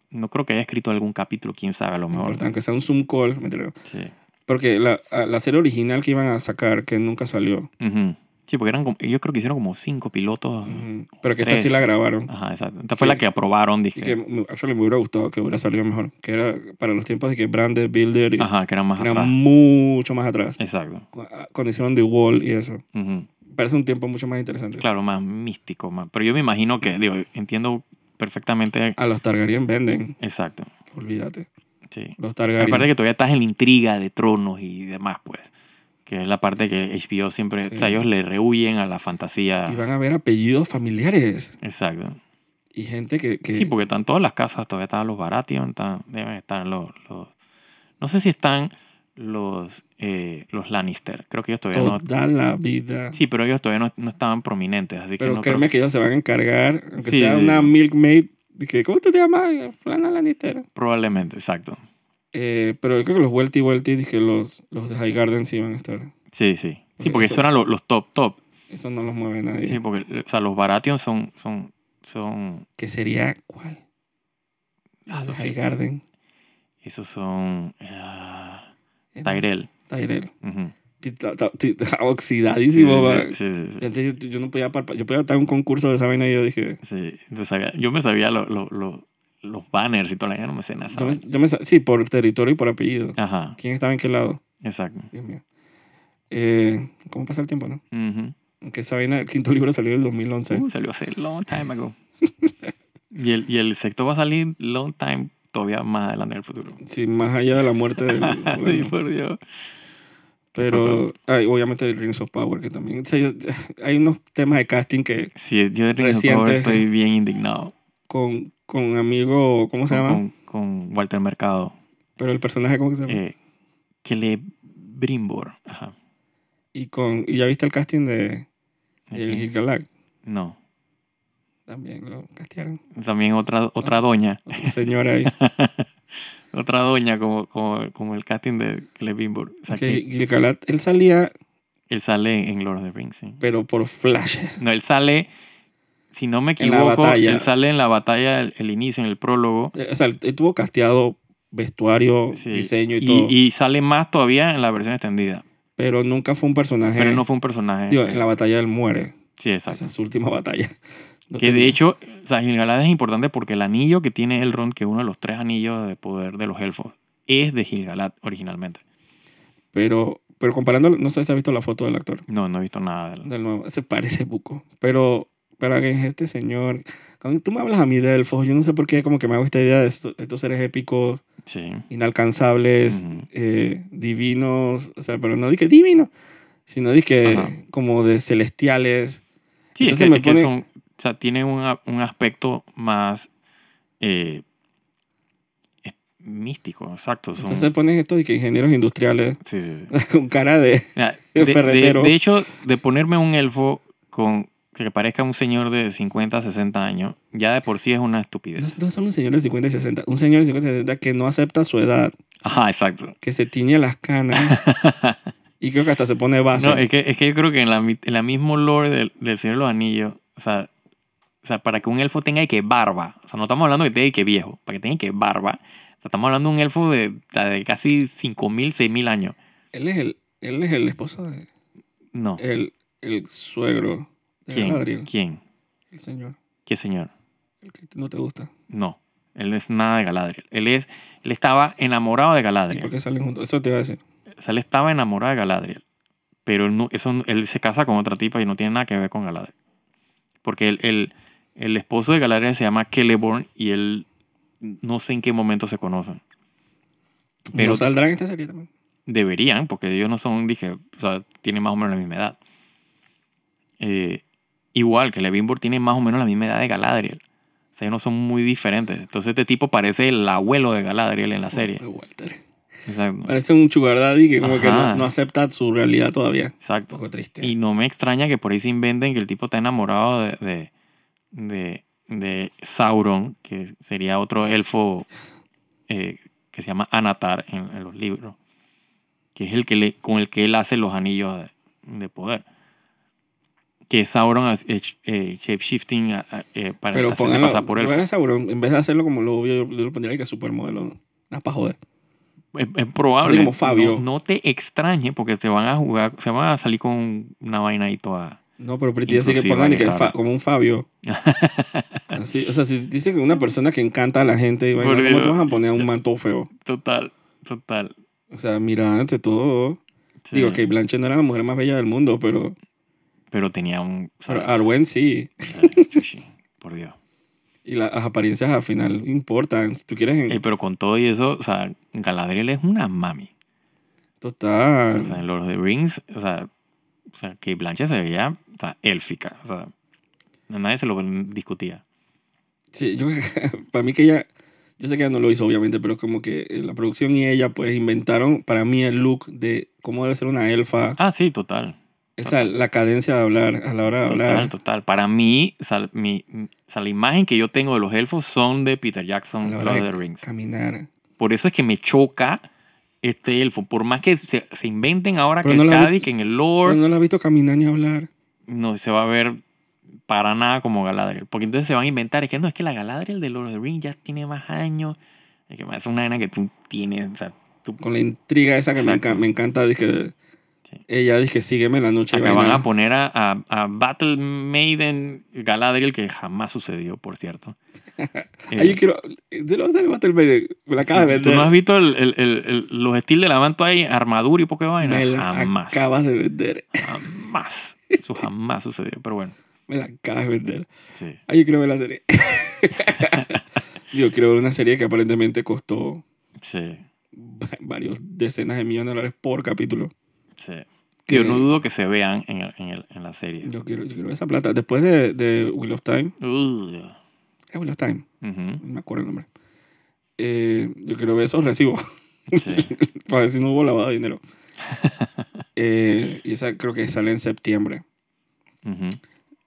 [SPEAKER 2] no creo que haya escrito algún capítulo, quién sabe, a lo mejor.
[SPEAKER 1] Importante, aunque sea un Zoom call, me entrego.
[SPEAKER 2] Sí.
[SPEAKER 1] Porque la, a- la serie original que iban a sacar, que nunca salió,
[SPEAKER 2] Ujú. Sí, porque eran como, yo creo que hicieron como cinco pilotos.
[SPEAKER 1] mm, pero que esta
[SPEAKER 2] Tres.
[SPEAKER 1] sí la grabaron.
[SPEAKER 2] Ajá, exacto. Esta fue
[SPEAKER 1] Que-
[SPEAKER 2] la que aprobaron,
[SPEAKER 1] Y
[SPEAKER 2] dije.
[SPEAKER 1] que me- actually, me hubiera gustado que hubiera salido mejor. Que era para los tiempos de que Branded Builder y-
[SPEAKER 2] Ajá, que eran más
[SPEAKER 1] era
[SPEAKER 2] atrás.
[SPEAKER 1] mucho más atrás.
[SPEAKER 2] Exacto.
[SPEAKER 1] Cu- ah, Cuando hicieron The Wall y eso.
[SPEAKER 2] Ujú.
[SPEAKER 1] Parece un tiempo mucho más interesante.
[SPEAKER 2] Claro, más místico. Más. Pero yo me imagino que, digo, entiendo perfectamente.
[SPEAKER 1] A los Targaryen venden,
[SPEAKER 2] Exacto.
[SPEAKER 1] olvídate.
[SPEAKER 2] Sí.
[SPEAKER 1] Los
[SPEAKER 2] Aparte
[SPEAKER 1] Targaryen.
[SPEAKER 2] que todavía estás en la intriga de tronos y demás, pues. Que es la parte que HBO siempre.
[SPEAKER 1] Sí.
[SPEAKER 2] O sea, ellos le rehuyen a la fantasía.
[SPEAKER 1] Y van a ver apellidos familiares.
[SPEAKER 2] Exacto.
[SPEAKER 1] Y gente que... que
[SPEAKER 2] Sí, porque están todas las casas, todavía están los Baratheon, están, deben estar los, los- No sé si están los, eh, los Lannister, creo que ellos todavía no...
[SPEAKER 1] toda la vida.
[SPEAKER 2] Sí, pero ellos todavía no, no estaban prominentes, así que
[SPEAKER 1] Pero
[SPEAKER 2] no creo
[SPEAKER 1] créeme que ellos se van a encargar, aunque
[SPEAKER 2] Sí,
[SPEAKER 1] sea
[SPEAKER 2] sí.
[SPEAKER 1] una milkmaid. de que, ¿Cómo te llamas? Flana Lannister.
[SPEAKER 2] Probablemente, exacto.
[SPEAKER 1] Eh, pero yo creo que los Welty Welty, dije, los, los de High Garden sí van a estar.
[SPEAKER 2] Sí, sí. Sí,
[SPEAKER 1] Ok,
[SPEAKER 2] porque
[SPEAKER 1] eso-
[SPEAKER 2] esos eran los, los top, top.
[SPEAKER 1] Eso no los mueve nadie.
[SPEAKER 2] Sí, porque o sea, los Baratheon son... son, son
[SPEAKER 1] ¿Qué sería cuál?
[SPEAKER 2] Ah,
[SPEAKER 1] Los
[SPEAKER 2] no
[SPEAKER 1] de
[SPEAKER 2] sé.
[SPEAKER 1] High Garden.
[SPEAKER 2] esos son... ah, Tyrell.
[SPEAKER 1] eh, Tyrell.
[SPEAKER 2] Ujú.
[SPEAKER 1] Y ta- ta- ti- Oxidadísimo, va.
[SPEAKER 2] Sí, sí, sí.
[SPEAKER 1] Antes yo, yo no podía palpar, yo podía estar en un concurso de esa vaina y yo dije,
[SPEAKER 2] Sí, entonces sabía- yo me sabía lo- lo- lo- los banners y toda la gente no me sé nada.
[SPEAKER 1] yo me, yo me sa- sí, por territorio y por apellido.
[SPEAKER 2] Ajá,
[SPEAKER 1] ¿Quién estaba en qué lado?
[SPEAKER 2] exacto.
[SPEAKER 1] Dios mío. Eh, ¿Cómo pasa el tiempo, no?
[SPEAKER 2] Ujú.
[SPEAKER 1] Aunque esa vaina, el quinto libro salió en el 2011.
[SPEAKER 2] Uh, salió hace long time ago. y, el, y el sexto va a salir long time todavía más adelante en el futuro.
[SPEAKER 1] Sí, más allá de la muerte del
[SPEAKER 2] Sí,
[SPEAKER 1] fulano.
[SPEAKER 2] por Dios.
[SPEAKER 1] Pero, ay, obviamente el Rings of Power, que también. o sea, yo- hay unos temas de casting que
[SPEAKER 2] Sí, yo de Rings of
[SPEAKER 1] Reciente.
[SPEAKER 2] Power estoy bien indignado
[SPEAKER 1] con, con amigo, ¿cómo se
[SPEAKER 2] con,
[SPEAKER 1] llama?
[SPEAKER 2] con- con Walter Mercado.
[SPEAKER 1] Pero el personaje, ¿cómo que se llama?
[SPEAKER 2] eh, que le Brimbor. Ajá.
[SPEAKER 1] Y con y ya viste el casting de el
[SPEAKER 2] ¿Quién?
[SPEAKER 1] Gilgalad.
[SPEAKER 2] No.
[SPEAKER 1] También lo castearon.
[SPEAKER 2] También otra, otra doña.
[SPEAKER 1] Otra señora ahí.
[SPEAKER 2] Otra doña como, como, como el casting de Le Brimbor. O sea,
[SPEAKER 1] que
[SPEAKER 2] que
[SPEAKER 1] Gilgalad, él salía,
[SPEAKER 2] él sale en Lord of the Rings, sí.
[SPEAKER 1] pero por flashes.
[SPEAKER 2] No, él sale, si no me
[SPEAKER 1] En la
[SPEAKER 2] equivoco,
[SPEAKER 1] batalla.
[SPEAKER 2] él sale en la batalla, el, el inicio, en el prólogo.
[SPEAKER 1] Eh, O sea, él tuvo casteado vestuario,
[SPEAKER 2] Sí.
[SPEAKER 1] diseño y, todo.
[SPEAKER 2] y sale más todavía en la versión extendida.
[SPEAKER 1] pero nunca fue un personaje.
[SPEAKER 2] Pero no fue un personaje.
[SPEAKER 1] digo, en la batalla él muere.
[SPEAKER 2] sí,
[SPEAKER 1] O
[SPEAKER 2] exacto.
[SPEAKER 1] sea, su última batalla. No
[SPEAKER 2] que de
[SPEAKER 1] tenía-
[SPEAKER 2] hecho, o sea, Gilgalad es importante porque el anillo que tiene Elrond, que es uno de los tres anillos de poder de los elfos, es de Gilgalad originalmente.
[SPEAKER 1] Pero, pero comparando, no sé si has visto la foto del actor.
[SPEAKER 2] No, no he visto nada de él.
[SPEAKER 1] Del nuevo. Se parece buco. Pero, pero que es este señor. Cuando tú me hablas a mí de elfos, yo no sé por qué como que me hago esta idea de esto- estos seres épicos
[SPEAKER 2] Sí.
[SPEAKER 1] inalcanzables,
[SPEAKER 2] Ujú.
[SPEAKER 1] eh, divinos, o sea, pero no dije divinos, sino dije
[SPEAKER 2] Ajá.
[SPEAKER 1] como de celestiales.
[SPEAKER 2] Sí, es
[SPEAKER 1] Entonces
[SPEAKER 2] que,
[SPEAKER 1] me
[SPEAKER 2] es que
[SPEAKER 1] pone-
[SPEAKER 2] son, o sea, tienen un, a- un aspecto más eh, es- místico, exacto. Son,
[SPEAKER 1] Entonces pones estos dije, ingenieros industriales
[SPEAKER 2] sí, sí, sí.
[SPEAKER 1] con cara de...
[SPEAKER 2] Mira,
[SPEAKER 1] El
[SPEAKER 2] de, de-
[SPEAKER 1] ferretero.
[SPEAKER 2] de hecho, de ponerme un elfo con que parezca un señor de 50, 60 años, ya de por sí es una
[SPEAKER 1] No,
[SPEAKER 2] estupidez.
[SPEAKER 1] no son un señor de 50 y 60, un señor de 50 y 60 que no acepta su edad,
[SPEAKER 2] Ajá, exacto.
[SPEAKER 1] que se tiñe las canas, Y creo que hasta se pone base.
[SPEAKER 2] No, eh. es que, es que yo creo que en la, mi- en la mismo lore del, del Señor de los Anillos, o sea, o sea, para que un elfo tenga y que barba, o sea, no estamos hablando de que tenga y que viejo, para que tenga y que barba, o sea, estamos hablando de un elfo de, o sea, de casi 5.000, 6.000 años.
[SPEAKER 1] Él, es el, él es el esposo de...
[SPEAKER 2] No.
[SPEAKER 1] El, el suegro de
[SPEAKER 2] ¿Quién?
[SPEAKER 1] Eh, Galadriel.
[SPEAKER 2] ¿Quién?
[SPEAKER 1] El señor.
[SPEAKER 2] ¿Qué señor?
[SPEAKER 1] El que no te gusta.
[SPEAKER 2] No. Él no es nada de Galadriel. Él, es, él estaba enamorado de
[SPEAKER 1] ¿Y por
[SPEAKER 2] Galadriel.
[SPEAKER 1] qué salen juntos? Eso te iba a decir.
[SPEAKER 2] O sea, él estaba enamorado de Galadriel. Pero él, no- eso, no- él se casa con otra tipa y no tiene nada que ver con Galadriel. Porque el, el, el esposo de Galadriel se llama Celeborn y él no sé en qué momento se conocen.
[SPEAKER 1] Pero
[SPEAKER 2] Pero-
[SPEAKER 1] saldrán en esta serie también.
[SPEAKER 2] Deberían, porque ellos no son, dije, o sea, tienen más o menos la misma edad. Eh, igual que Levinbor tiene más o menos la misma edad de Galadriel. O sea, ellos no son muy diferentes. Entonces este tipo parece el abuelo de Galadriel en la serie.
[SPEAKER 1] De Walter.
[SPEAKER 2] O sea,
[SPEAKER 1] Parece un sugar daddy que como que
[SPEAKER 2] Ajá.
[SPEAKER 1] no, no acepta su realidad todavía. Un
[SPEAKER 2] exacto.
[SPEAKER 1] poco triste.
[SPEAKER 2] Y no me extraña que por ahí se inventen que el tipo está enamorado de, de, de, de Sauron, que sería otro elfo eh, que se llama Anatar en, en los libros, que es el que le, con el que él hace los anillos de, de poder. Que Sauron hace- eh, sh- eh, shapeshifting a- a- eh, para
[SPEAKER 1] Pero
[SPEAKER 2] hacerse
[SPEAKER 1] pónganlo.
[SPEAKER 2] pasar por
[SPEAKER 1] pónganlo
[SPEAKER 2] elfo.
[SPEAKER 1] a Sauron. en vez de hacerlo como lo obvio, yo, yo lo pondría ahí que es supermodelo. Nada más para joder.
[SPEAKER 2] Es, es probable.
[SPEAKER 1] Como Fabio.
[SPEAKER 2] No, no te extrañe porque te van a jugar, se van a salir con una vaina ahí toda.
[SPEAKER 1] No, pero Pretty así que
[SPEAKER 2] Inclusiva
[SPEAKER 1] pongan y
[SPEAKER 2] y
[SPEAKER 1] que el
[SPEAKER 2] rara.
[SPEAKER 1] fa- como un Fabio. Así, o sea, si dicen que una persona que encanta a la gente, y vaina,
[SPEAKER 2] Por
[SPEAKER 1] ¿cómo
[SPEAKER 2] Dios.
[SPEAKER 1] te vas a poner a un manto feo?
[SPEAKER 2] Total, total.
[SPEAKER 1] O sea, mira, ante todo.
[SPEAKER 2] Sí.
[SPEAKER 1] Digo, que Blanche no era la mujer más bella del mundo, pero,
[SPEAKER 2] Pero tenía un.
[SPEAKER 1] pero ah. Arwen sí.
[SPEAKER 2] Chuchi, por Dios.
[SPEAKER 1] Y la- las apariencias al final importan. Si tú quieres en
[SPEAKER 2] Eh, pero con todo y eso, o sea, Galadriel es una mami.
[SPEAKER 1] total.
[SPEAKER 2] O sea, en Lord of the Rings, o sea, o sea que Blanche se veía o sea, élfica. O sea, nadie se lo discutía.
[SPEAKER 1] Sí, yo, para mí que ella, yo sé que ella no lo hizo obviamente, pero como que eh, la producción y ella pues inventaron para mí el look de cómo debe ser una elfa.
[SPEAKER 2] Ah, sí, total.
[SPEAKER 1] Esa, la cadencia de hablar, a la hora de hablar.
[SPEAKER 2] Total, total. Para mí, o sea, mi, o sea, la imagen que yo tengo de los elfos son de Peter
[SPEAKER 1] a
[SPEAKER 2] Jackson,
[SPEAKER 1] la
[SPEAKER 2] Lord
[SPEAKER 1] hora
[SPEAKER 2] of
[SPEAKER 1] de
[SPEAKER 2] the Rings.
[SPEAKER 1] Caminar.
[SPEAKER 2] Por eso es que me choca este elfo. Por más que se, se inventen ahora
[SPEAKER 1] Pero
[SPEAKER 2] que
[SPEAKER 1] no
[SPEAKER 2] el
[SPEAKER 1] la
[SPEAKER 2] Cádiz,
[SPEAKER 1] viste-
[SPEAKER 2] que en el lore,
[SPEAKER 1] Pero no la has visto caminar ni hablar.
[SPEAKER 2] no se va a ver para nada como Galadriel. Porque entonces se van a inventar, es que no, es que la Galadriel de Lord of the Rings ya tiene más años. Es que es una arena que tú tienes, o sea, tú,
[SPEAKER 1] Con la intriga esa que me,
[SPEAKER 2] Exacto.
[SPEAKER 1] enca- me encanta, dije,
[SPEAKER 2] Sí. pues,
[SPEAKER 1] ella dije, sígueme en la noche. y
[SPEAKER 2] acá van
[SPEAKER 1] vaina.
[SPEAKER 2] a poner a, a- a Battle Maiden Galadriel, que jamás sucedió, por cierto. Eh,
[SPEAKER 1] Ay, yo quiero, de los del Battle Bay, me la acabas de
[SPEAKER 2] ¿Tú
[SPEAKER 1] vender.
[SPEAKER 2] no has visto el- el- el- el- los estilos de la manto ahí, armadura y poca vaina?
[SPEAKER 1] me la
[SPEAKER 2] Jamás.
[SPEAKER 1] acabas de vender.
[SPEAKER 2] Jamás. Eso jamás sucedió, pero bueno.
[SPEAKER 1] Me la acabas de vender.
[SPEAKER 2] Sí.
[SPEAKER 1] Ay, yo quiero ver la serie. yo quiero ver una serie que aparentemente costó
[SPEAKER 2] Sí.
[SPEAKER 1] va- varios decenas de millones de dólares por capítulo.
[SPEAKER 2] Sí.
[SPEAKER 1] Que-
[SPEAKER 2] Yo no dudo que se vean en, el- en el- en la serie.
[SPEAKER 1] Yo quiero, yo quiero ver esa plata. Después de, de Wheel of Time,
[SPEAKER 2] Ugh.
[SPEAKER 1] ¿era Wheel of Time,
[SPEAKER 2] Ujú.
[SPEAKER 1] no me acuerdo el nombre. Eh, yo quiero ver esos recibos
[SPEAKER 2] Sí.
[SPEAKER 1] para ver si no hubo lavado de dinero. Eh, y esa creo que sale en septiembre.
[SPEAKER 2] Ujú.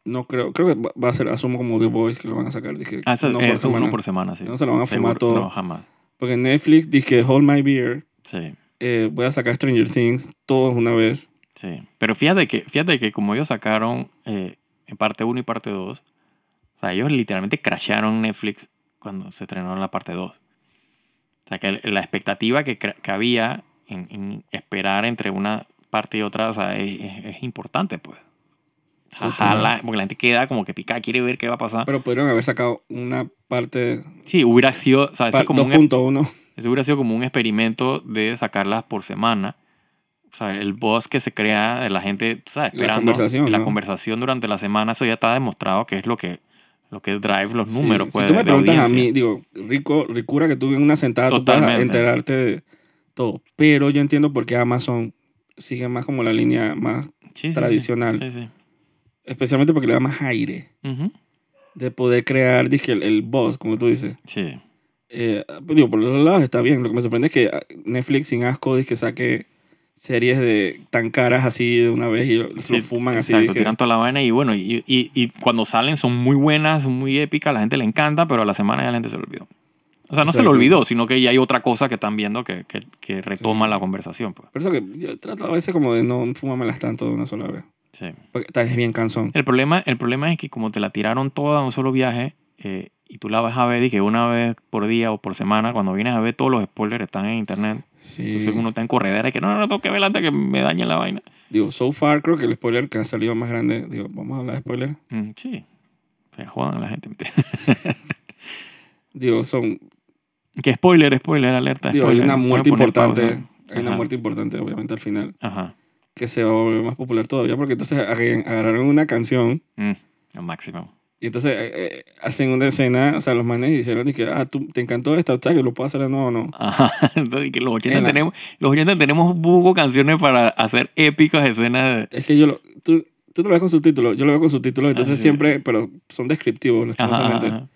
[SPEAKER 1] No creo, creo que va va a ser, asumo como The Voice que lo van a sacar. Dije,
[SPEAKER 2] Ah, eso-
[SPEAKER 1] no
[SPEAKER 2] eh,
[SPEAKER 1] por
[SPEAKER 2] eso uno
[SPEAKER 1] semana.
[SPEAKER 2] por semana, sí.
[SPEAKER 1] No se lo van a fumar todo.
[SPEAKER 2] No, jamás.
[SPEAKER 1] Porque Netflix dije, Hold My Beer.
[SPEAKER 2] Sí,
[SPEAKER 1] eh, voy a sacar Stranger Things todos una vez.
[SPEAKER 2] sí. Pero fíjate que, fíjate que como ellos sacaron eh, en parte 1 y parte 2, o sea, ellos literalmente crasharon Netflix cuando se estrenó la parte 2. O sea, que el- la expectativa que, cre- que había en, en esperar entre una parte y otra, o sea, es, es- es importante, pues.
[SPEAKER 1] Total.
[SPEAKER 2] Ojalá, porque la gente queda como que picada, quiere ver qué va a pasar.
[SPEAKER 1] Pero pudieron haber sacado una parte
[SPEAKER 2] Sí, hubiera sido, o sea, eso
[SPEAKER 1] pa-
[SPEAKER 2] es como un
[SPEAKER 1] 2.1.
[SPEAKER 2] Eso hubiera sido como un experimento de sacarlas por semana. O sea, el buzz que se crea de la gente, tú ¿sabes?
[SPEAKER 1] La
[SPEAKER 2] Esperando
[SPEAKER 1] conversación,
[SPEAKER 2] la
[SPEAKER 1] ¿no?
[SPEAKER 2] conversación durante la semana, eso ya está demostrado que es lo que, lo que drive los
[SPEAKER 1] Sí.
[SPEAKER 2] números. pues,
[SPEAKER 1] si tú
[SPEAKER 2] de-
[SPEAKER 1] me
[SPEAKER 2] de
[SPEAKER 1] preguntas a
[SPEAKER 2] audiencia.
[SPEAKER 1] mí, digo, rico, ricura que tuve en una sentada, tú vas a
[SPEAKER 2] Totalmente.
[SPEAKER 1] enterarte de todo. Pero yo entiendo por qué Amazon sigue más como la línea más,
[SPEAKER 2] Sí, sí,
[SPEAKER 1] tradicional.
[SPEAKER 2] Sí, sí.
[SPEAKER 1] especialmente porque le da más aire
[SPEAKER 2] Ujú.
[SPEAKER 1] de poder crear, dije, el, el boss, como tú dices.
[SPEAKER 2] Sí.
[SPEAKER 1] Eh, pues, digo, por los lados está bien. Lo que me sorprende es que ah, Netflix sin asco dice que saque series de tan caras así de una vez y lo, se lo
[SPEAKER 2] Sí,
[SPEAKER 1] fuman así.
[SPEAKER 2] Exacto,
[SPEAKER 1] dije,
[SPEAKER 2] tiran toda la vaina y bueno, y, y, y cuando salen son muy buenas, son muy épicas, la gente le encanta, pero a la semana ya la gente se lo olvidó. O O sea, no se
[SPEAKER 1] Exacto.
[SPEAKER 2] lo olvidó, sino que ya hay otra cosa que están viendo que, que, que retoma la conversación. Pues.
[SPEAKER 1] Por eso que yo trato a veces como de no fumármelas tanto de una sola vez.
[SPEAKER 2] Sí.
[SPEAKER 1] Porque tal vez es bien cansón.
[SPEAKER 2] El problema, el problema es que como te la tiraron toda en un solo viaje eh, y tú la vas a ver y que una vez por día o por semana, cuando vienes a ver todos los spoilers están en internet,
[SPEAKER 1] Sí.
[SPEAKER 2] entonces uno está en corredera y que no, no, no, tengo que ver antes que me dañe la vaina.
[SPEAKER 1] Digo, so far creo que el spoiler que ha salido más grande, digo, vamos a hablar de spoiler.
[SPEAKER 2] Mm, sí, se jodan la gente.
[SPEAKER 1] Digo, son,
[SPEAKER 2] que spoiler, spoiler, alerta.
[SPEAKER 1] digo, hay
[SPEAKER 2] spoiler.
[SPEAKER 1] una
[SPEAKER 2] Voy a
[SPEAKER 1] muerte
[SPEAKER 2] poner
[SPEAKER 1] importante,
[SPEAKER 2] pausa.
[SPEAKER 1] hay una
[SPEAKER 2] Ajá.
[SPEAKER 1] muerte importante obviamente al final,
[SPEAKER 2] Ajá.
[SPEAKER 1] que se va a volver más popular todavía porque entonces ag- agarraron una canción
[SPEAKER 2] Mm, lo máximo.
[SPEAKER 1] y entonces eh, eh, hacen una escena, o sea, los manes dijeron que, ah, tú, te encantó esta, o sea, que lo puedo hacer de nuevo o no.
[SPEAKER 2] Ajá. Entonces, que los 80
[SPEAKER 1] Ela.
[SPEAKER 2] tenemos, los 80 tenemos buco canciones para hacer épicas escenas de...
[SPEAKER 1] Es que yo lo, tú, tú no lo ves con subtítulos, yo lo veo con subtítulos, entonces
[SPEAKER 2] Ah, sí.
[SPEAKER 1] siempre, pero son descriptivos,
[SPEAKER 2] Ajá,
[SPEAKER 1] lastimosamente.
[SPEAKER 2] ajá, ajá.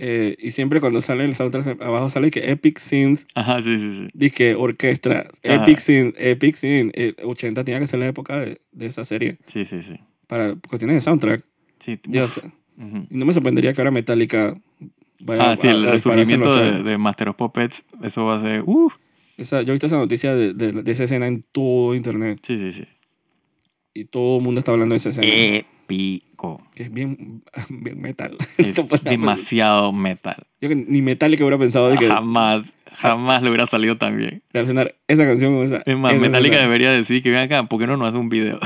[SPEAKER 1] Eh, y siempre cuando sale el soundtrack abajo sale que Epic Synth,
[SPEAKER 2] Ajá, sí, sí, sí.
[SPEAKER 1] disque orquestra,
[SPEAKER 2] Ajá.
[SPEAKER 1] Epic Synth, Epic Synth. El 80 tenía que ser la época de, de esa serie
[SPEAKER 2] Sí, sí, sí.
[SPEAKER 1] para cuestiones de soundtrack.
[SPEAKER 2] Sí,
[SPEAKER 1] Yo-
[SPEAKER 2] uf. Ujú.
[SPEAKER 1] no me sorprendería que ahora Metallica vaya
[SPEAKER 2] Ah, sí, el
[SPEAKER 1] a- a dispararse en
[SPEAKER 2] resurgimiento
[SPEAKER 1] los
[SPEAKER 2] de,
[SPEAKER 1] chavos.
[SPEAKER 2] de Master of Puppets, eso va a ser... Uh,
[SPEAKER 1] Esa- yo he visto esa noticia de, de- de esa escena en todo internet
[SPEAKER 2] sí, sí, sí.
[SPEAKER 1] y todo el mundo está hablando de esa escena.
[SPEAKER 2] Eh. Épico.
[SPEAKER 1] Que es bien, bien metal.
[SPEAKER 2] Es
[SPEAKER 1] Esto pasa-
[SPEAKER 2] demasiado metal.
[SPEAKER 1] Yo que ni Metallica hubiera pensado de que
[SPEAKER 2] Jamás, jamás le hubiera salido tan bien.
[SPEAKER 1] relacionar esa canción con esa.
[SPEAKER 2] Es más,
[SPEAKER 1] esa
[SPEAKER 2] Metallica
[SPEAKER 1] escena.
[SPEAKER 2] debería decir que ven acá, ¿por qué no nos hace un video?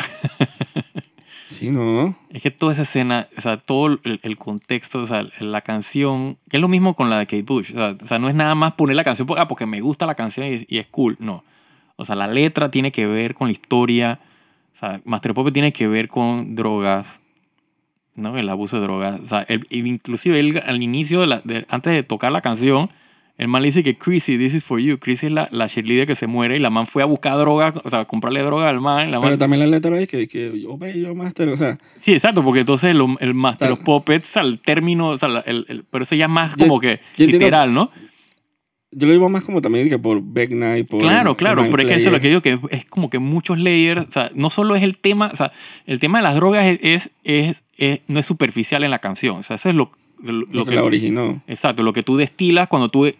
[SPEAKER 1] Sí, no.
[SPEAKER 2] Es que toda esa escena, o sea, todo el, el contexto, o sea, la canción, que es lo mismo con la de Kate Bush, o sea, o sea, no es nada más poner la canción porque, ah, porque me gusta la canción y, y es cool, no. O sea, la letra tiene que ver con la historia, o sea, Master Pop tiene que ver con drogas, ¿no? El abuso de drogas, o sea, él- él- inclusive él al inicio, de la- de- antes de tocar la canción, el man le dice que Chrissy, this is for you, Chrissy es la, la cheerleader que se muere y la man fue a buscar droga, o sea, a comprarle droga al man, la man
[SPEAKER 1] Pero también la letra es que, que yo, ve, yo, master, o sea,
[SPEAKER 2] Sí, exacto, porque entonces el, el Master
[SPEAKER 1] Tal-
[SPEAKER 2] of Puppets al término, o sea, la- el, el- pero eso ya más
[SPEAKER 1] Yo-
[SPEAKER 2] como que
[SPEAKER 1] yo entiendo-
[SPEAKER 2] literal, ¿no?
[SPEAKER 1] yo lo digo más como también que por Beckna y por.
[SPEAKER 2] Claro, claro,
[SPEAKER 1] Mind
[SPEAKER 2] pero es que eso es
[SPEAKER 1] Flayer.
[SPEAKER 2] lo que digo, que es como que muchos layers, o sea, no solo es el tema, o sea, el tema de las drogas es, es, es- es- no es superficial en la canción, o sea, eso es lo, lo- lo
[SPEAKER 1] lo que
[SPEAKER 2] que...
[SPEAKER 1] la originó.
[SPEAKER 2] exacto, lo que tú destilas cuando tú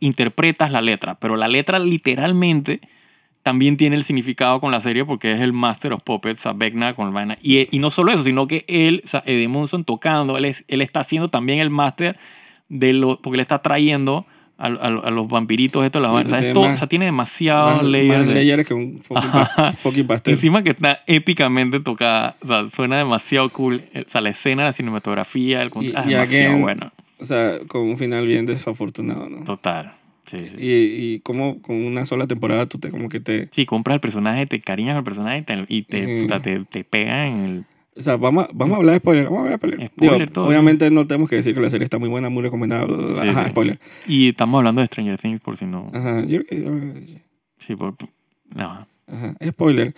[SPEAKER 2] interpretas la letra, pero la letra literalmente también tiene el significado con la serie porque es el Master of Puppets, o sea, Vecna con Vaina. Y, y no solo eso, sino que él, o sea, Eddie Munson tocando, él, es- él está haciendo también el Master de lo, porque le está trayendo a, a- a los vampiritos, esto, la
[SPEAKER 1] Sí,
[SPEAKER 2] vaina. O sea,
[SPEAKER 1] tiene
[SPEAKER 2] es todo-
[SPEAKER 1] más-
[SPEAKER 2] o sea, tiene demasiados
[SPEAKER 1] Más,
[SPEAKER 2] layers
[SPEAKER 1] más
[SPEAKER 2] de-
[SPEAKER 1] layers que un fucking,
[SPEAKER 2] Ajá.
[SPEAKER 1] pas- fucking pastel.
[SPEAKER 2] Encima que está épicamente tocada, o sea, suena demasiado cool. eh, O sea, la escena, la cinematografía, el
[SPEAKER 1] Y-
[SPEAKER 2] contexto,
[SPEAKER 1] y
[SPEAKER 2] demasiado
[SPEAKER 1] again-
[SPEAKER 2] bueno.
[SPEAKER 1] O sea, con un final bien desafortunado, ¿no?
[SPEAKER 2] Total. Sí, sí.
[SPEAKER 1] Y, y como con una sola temporada tú te como que te...
[SPEAKER 2] Sí, compras el personaje, te cariñas al personaje y te, y te,
[SPEAKER 1] Ujú.
[SPEAKER 2] puta, te, te pegan en
[SPEAKER 1] O sea, vamos, a- vamos a hablar de spoiler, vamos a hablar de spoiler.
[SPEAKER 2] Spoiler,
[SPEAKER 1] Digo,
[SPEAKER 2] todo.
[SPEAKER 1] obviamente no tenemos que decir que la serie está muy buena, muy recomendada, bla, bla, bla.
[SPEAKER 2] Sí,
[SPEAKER 1] Ajá,
[SPEAKER 2] sí.
[SPEAKER 1] spoiler.
[SPEAKER 2] el... Y estamos hablando de Stranger Things por si no...
[SPEAKER 1] Ajá, yo- yo-
[SPEAKER 2] Sí, por... No.
[SPEAKER 1] ajá, spoiler.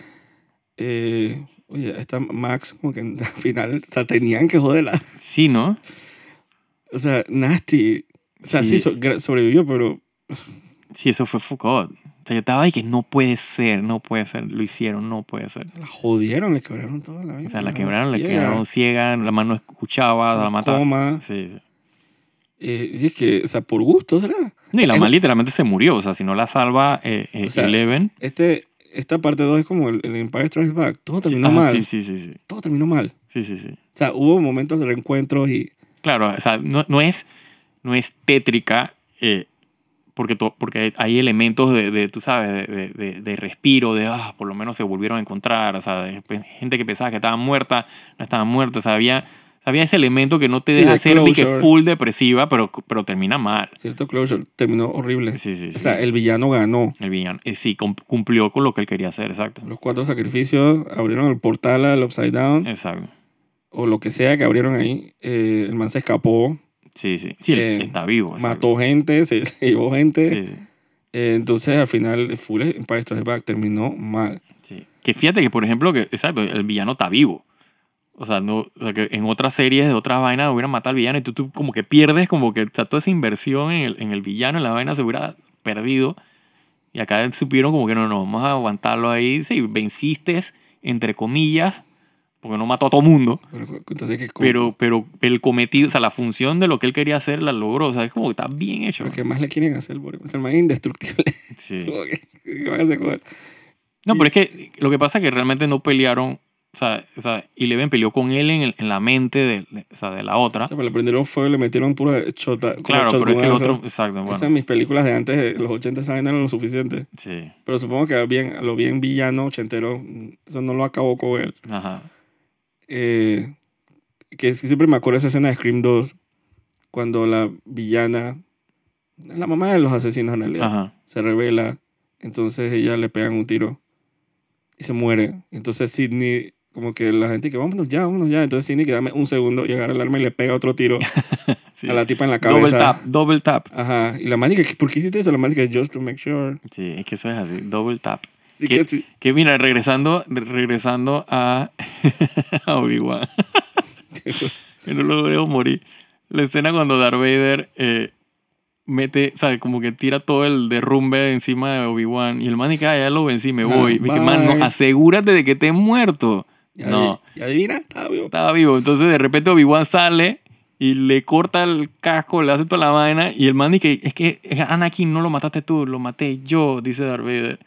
[SPEAKER 1] Eh, oye, esta Max como que al final, o sea, tenían que joderla.
[SPEAKER 2] Sí, ¿no?
[SPEAKER 1] O sea, nasty. O sea, sí,
[SPEAKER 2] Sí.
[SPEAKER 1] so- gra- sobrevivió, pero
[SPEAKER 2] Sí, eso fue Foucault. O sea, yo estaba ahí que no puede ser, no puede ser. Lo hicieron, no puede ser.
[SPEAKER 1] la jodieron, le quebraron toda la vida.
[SPEAKER 2] O sea, la quebraron, la
[SPEAKER 1] Ciega,
[SPEAKER 2] quedaron ciega, la mano escuchaba, la mataron.
[SPEAKER 1] Coma.
[SPEAKER 2] Sí, sí.
[SPEAKER 1] Eh, y es que, o sea, por gusto, ¿será?
[SPEAKER 2] No, y la
[SPEAKER 1] Es-
[SPEAKER 2] mamá literalmente se murió. O sea, si no la salva eh, eh,
[SPEAKER 1] O sea,
[SPEAKER 2] Eleven...
[SPEAKER 1] Este, esta parte 2 es como el, el Empire Strikes Back. Todo terminó
[SPEAKER 2] Ah,
[SPEAKER 1] mal.
[SPEAKER 2] sí, sí, sí, sí.
[SPEAKER 1] Todo terminó mal.
[SPEAKER 2] Sí, sí, sí.
[SPEAKER 1] O sea, hubo momentos de reencuentros y...
[SPEAKER 2] Claro, o sea, no, no es, no es tétrica, eh, porque, to- porque hay- hay elementos de, de, tú sabes, de, de- de- de respiro, de, ah, por lo menos se volvieron a encontrar, o sea, de pe- gente que pensaba que estaba muerta, no estaba muerta, o sea, había, había ese elemento que no te
[SPEAKER 1] Sí,
[SPEAKER 2] deja
[SPEAKER 1] de
[SPEAKER 2] ser ni que
[SPEAKER 1] closure.
[SPEAKER 2] full depresiva, pero, pero termina mal.
[SPEAKER 1] Cierto closure. Terminó horrible.
[SPEAKER 2] Sí, sí, sí.
[SPEAKER 1] O sea, el villano ganó.
[SPEAKER 2] el villano, eh, sí, cum- cumplió con lo que él quería hacer, exacto.
[SPEAKER 1] Los cuatro sacrificios abrieron el portal al Upside Down
[SPEAKER 2] Exacto.
[SPEAKER 1] o lo que sea que abrieron ahí. Eh, el man se escapó,
[SPEAKER 2] Sí, sí. Sí, él
[SPEAKER 1] Eh,
[SPEAKER 2] está vivo. o sea,
[SPEAKER 1] mató gente, se se llevó gente.
[SPEAKER 2] Sí, sí.
[SPEAKER 1] Eh, entonces, al final, Full Empire Strikes Back terminó mal.
[SPEAKER 2] Sí. Que fíjate que, por ejemplo, que, exacto, el villano está vivo. O sea, no, o sea, que en otras series de otras vainas hubieran matado al villano y tú, tú como que pierdes, como que o sea, toda esa inversión en el, en el villano, en la vaina se hubiera perdido. Y acá supieron como que no, no, vamos a aguantarlo ahí. Sí, venciste, entre comillas, porque no mató a todo mundo.
[SPEAKER 1] Pero, entonces, ¿qué, cómo?
[SPEAKER 2] Pero, pero el cometido, o sea, la función de lo que él quería hacer la logró. O sea, es como que está bien hecho.
[SPEAKER 1] ¿Pero ¿qué más le quieren hacer, Boris? Es el man es indestructible.
[SPEAKER 2] Sí.
[SPEAKER 1] Como que- ¿Qué van a hacer con él?
[SPEAKER 2] No, pero es que lo que pasa es que realmente no pelearon. O sea, o sea Eleven peleó con él en, el- en la mente de, de- o sea, de la otra.
[SPEAKER 1] O sea, pero le prendieron fuego y le metieron pura chota. como
[SPEAKER 2] claro, pero es que el
[SPEAKER 1] shotgunazo.
[SPEAKER 2] otro. Exacto, bueno.
[SPEAKER 1] Esas mis películas de antes, de los 80, esa vaina no eran lo suficiente.
[SPEAKER 2] Sí.
[SPEAKER 1] Pero supongo que bien, a lo bien villano ochentero, mm, eso no lo acabó con él.
[SPEAKER 2] Ajá.
[SPEAKER 1] Eh, que sí, siempre me acuerdo esa escena de Scream 2, cuando la villana, la mamá de los asesinos en realidad,
[SPEAKER 2] Ajá.
[SPEAKER 1] se revela. Entonces ella le pegan un tiro y se muere. Entonces Sidney, como que la gente que vámonos ya, vámonos ya. Entonces Sidney, que dame un segundo y agarra el arma y le pega otro tiro
[SPEAKER 2] Sí.
[SPEAKER 1] a la tipa en la cabeza.
[SPEAKER 2] Double tap, double tap.
[SPEAKER 1] Ajá. Y la manica, ¿por qué hiciste eso? La manica, just to make sure.
[SPEAKER 2] Sí, es que eso es así, double tap.
[SPEAKER 1] Sí,
[SPEAKER 2] ¿Qué?
[SPEAKER 1] que sí.
[SPEAKER 2] Que mira, regresando, regresando a, a Obi-Wan, que no lo veo morir. La escena cuando Darth Vader eh, mete, o sea, como que tira todo el derrumbe encima de Obi-Wan y el man dice, ah, ya lo vencí, me
[SPEAKER 1] Ah,
[SPEAKER 2] voy. Me dije, man,
[SPEAKER 1] bye.
[SPEAKER 2] no, asegúrate de que esté muerto.
[SPEAKER 1] Y
[SPEAKER 2] no,
[SPEAKER 1] adi- Y adivina, estaba vivo.
[SPEAKER 2] estaba vivo. Entonces de repente Obi-Wan sale y le corta el casco, le hace toda la vaina y el man dice, es que Anakin no lo mataste tú, lo maté yo, dice Darth Vader.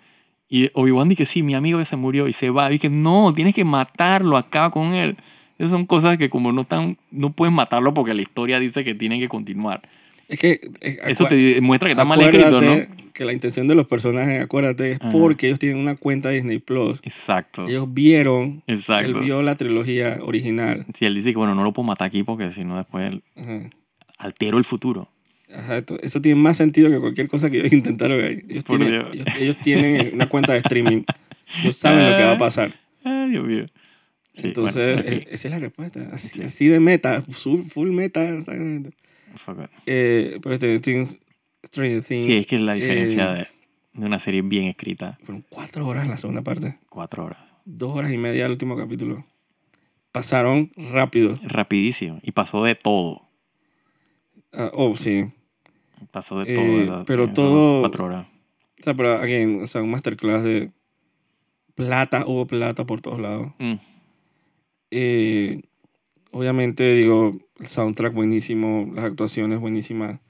[SPEAKER 2] Y Obi-Wan dice, sí, mi amigo ya se murió y se va. Y dije, no, tienes que matarlo, acaba con él. Esas son cosas que como no están, no puedes matarlo porque la historia dice que tienen que continuar.
[SPEAKER 1] Es que. es-
[SPEAKER 2] Eso
[SPEAKER 1] acua-
[SPEAKER 2] te muestra que está mal escrito, ¿no?
[SPEAKER 1] acuérdate que la intención de los personajes, acuérdate, es
[SPEAKER 2] Ajá.
[SPEAKER 1] porque ellos tienen una cuenta de Disney Plus.
[SPEAKER 2] Exacto.
[SPEAKER 1] Ellos vieron, él
[SPEAKER 2] Exacto.
[SPEAKER 1] vio la trilogía original.
[SPEAKER 2] Si él dice que, bueno, no lo puedo matar aquí porque si no después
[SPEAKER 1] Ajá.
[SPEAKER 2] altero el futuro.
[SPEAKER 1] Ajá, esto- eso tiene más sentido que cualquier cosa que ellos intentaron. ahí. Ellos
[SPEAKER 2] Por
[SPEAKER 1] tienen,
[SPEAKER 2] Dios.
[SPEAKER 1] ellos, ellos tienen una cuenta de streaming. Ellos saben lo que va a pasar.
[SPEAKER 2] Ay, Eh, Dios mío. Sí, bueno,
[SPEAKER 1] Entonces,
[SPEAKER 2] en fin.
[SPEAKER 1] e- esa es la respuesta. Así, así de meta, full, full meta. exactamente.
[SPEAKER 2] Fuck it.
[SPEAKER 1] Eh, pero este, Things, Stranger Things.
[SPEAKER 2] Sí, es que la
[SPEAKER 1] eh,
[SPEAKER 2] diferencia de, de una serie bien escrita,
[SPEAKER 1] Fueron cuatro horas la segunda parte.
[SPEAKER 2] cuatro horas.
[SPEAKER 1] Dos horas y media el último capítulo. Pasaron rápido.
[SPEAKER 2] Rapidísimo. Y pasó de todo.
[SPEAKER 1] Ah, oh, sí.
[SPEAKER 2] Pasó de
[SPEAKER 1] Eh,
[SPEAKER 2] todo. ¿verdad?
[SPEAKER 1] pero
[SPEAKER 2] Esas
[SPEAKER 1] todo-
[SPEAKER 2] Cuatro horas.
[SPEAKER 1] O sea, pero, again, o sea, un masterclass de plata. Hubo plata por todos lados.
[SPEAKER 2] Mm,
[SPEAKER 1] Eh, obviamente, digo, el soundtrack buenísimo, las actuaciones buenísimas.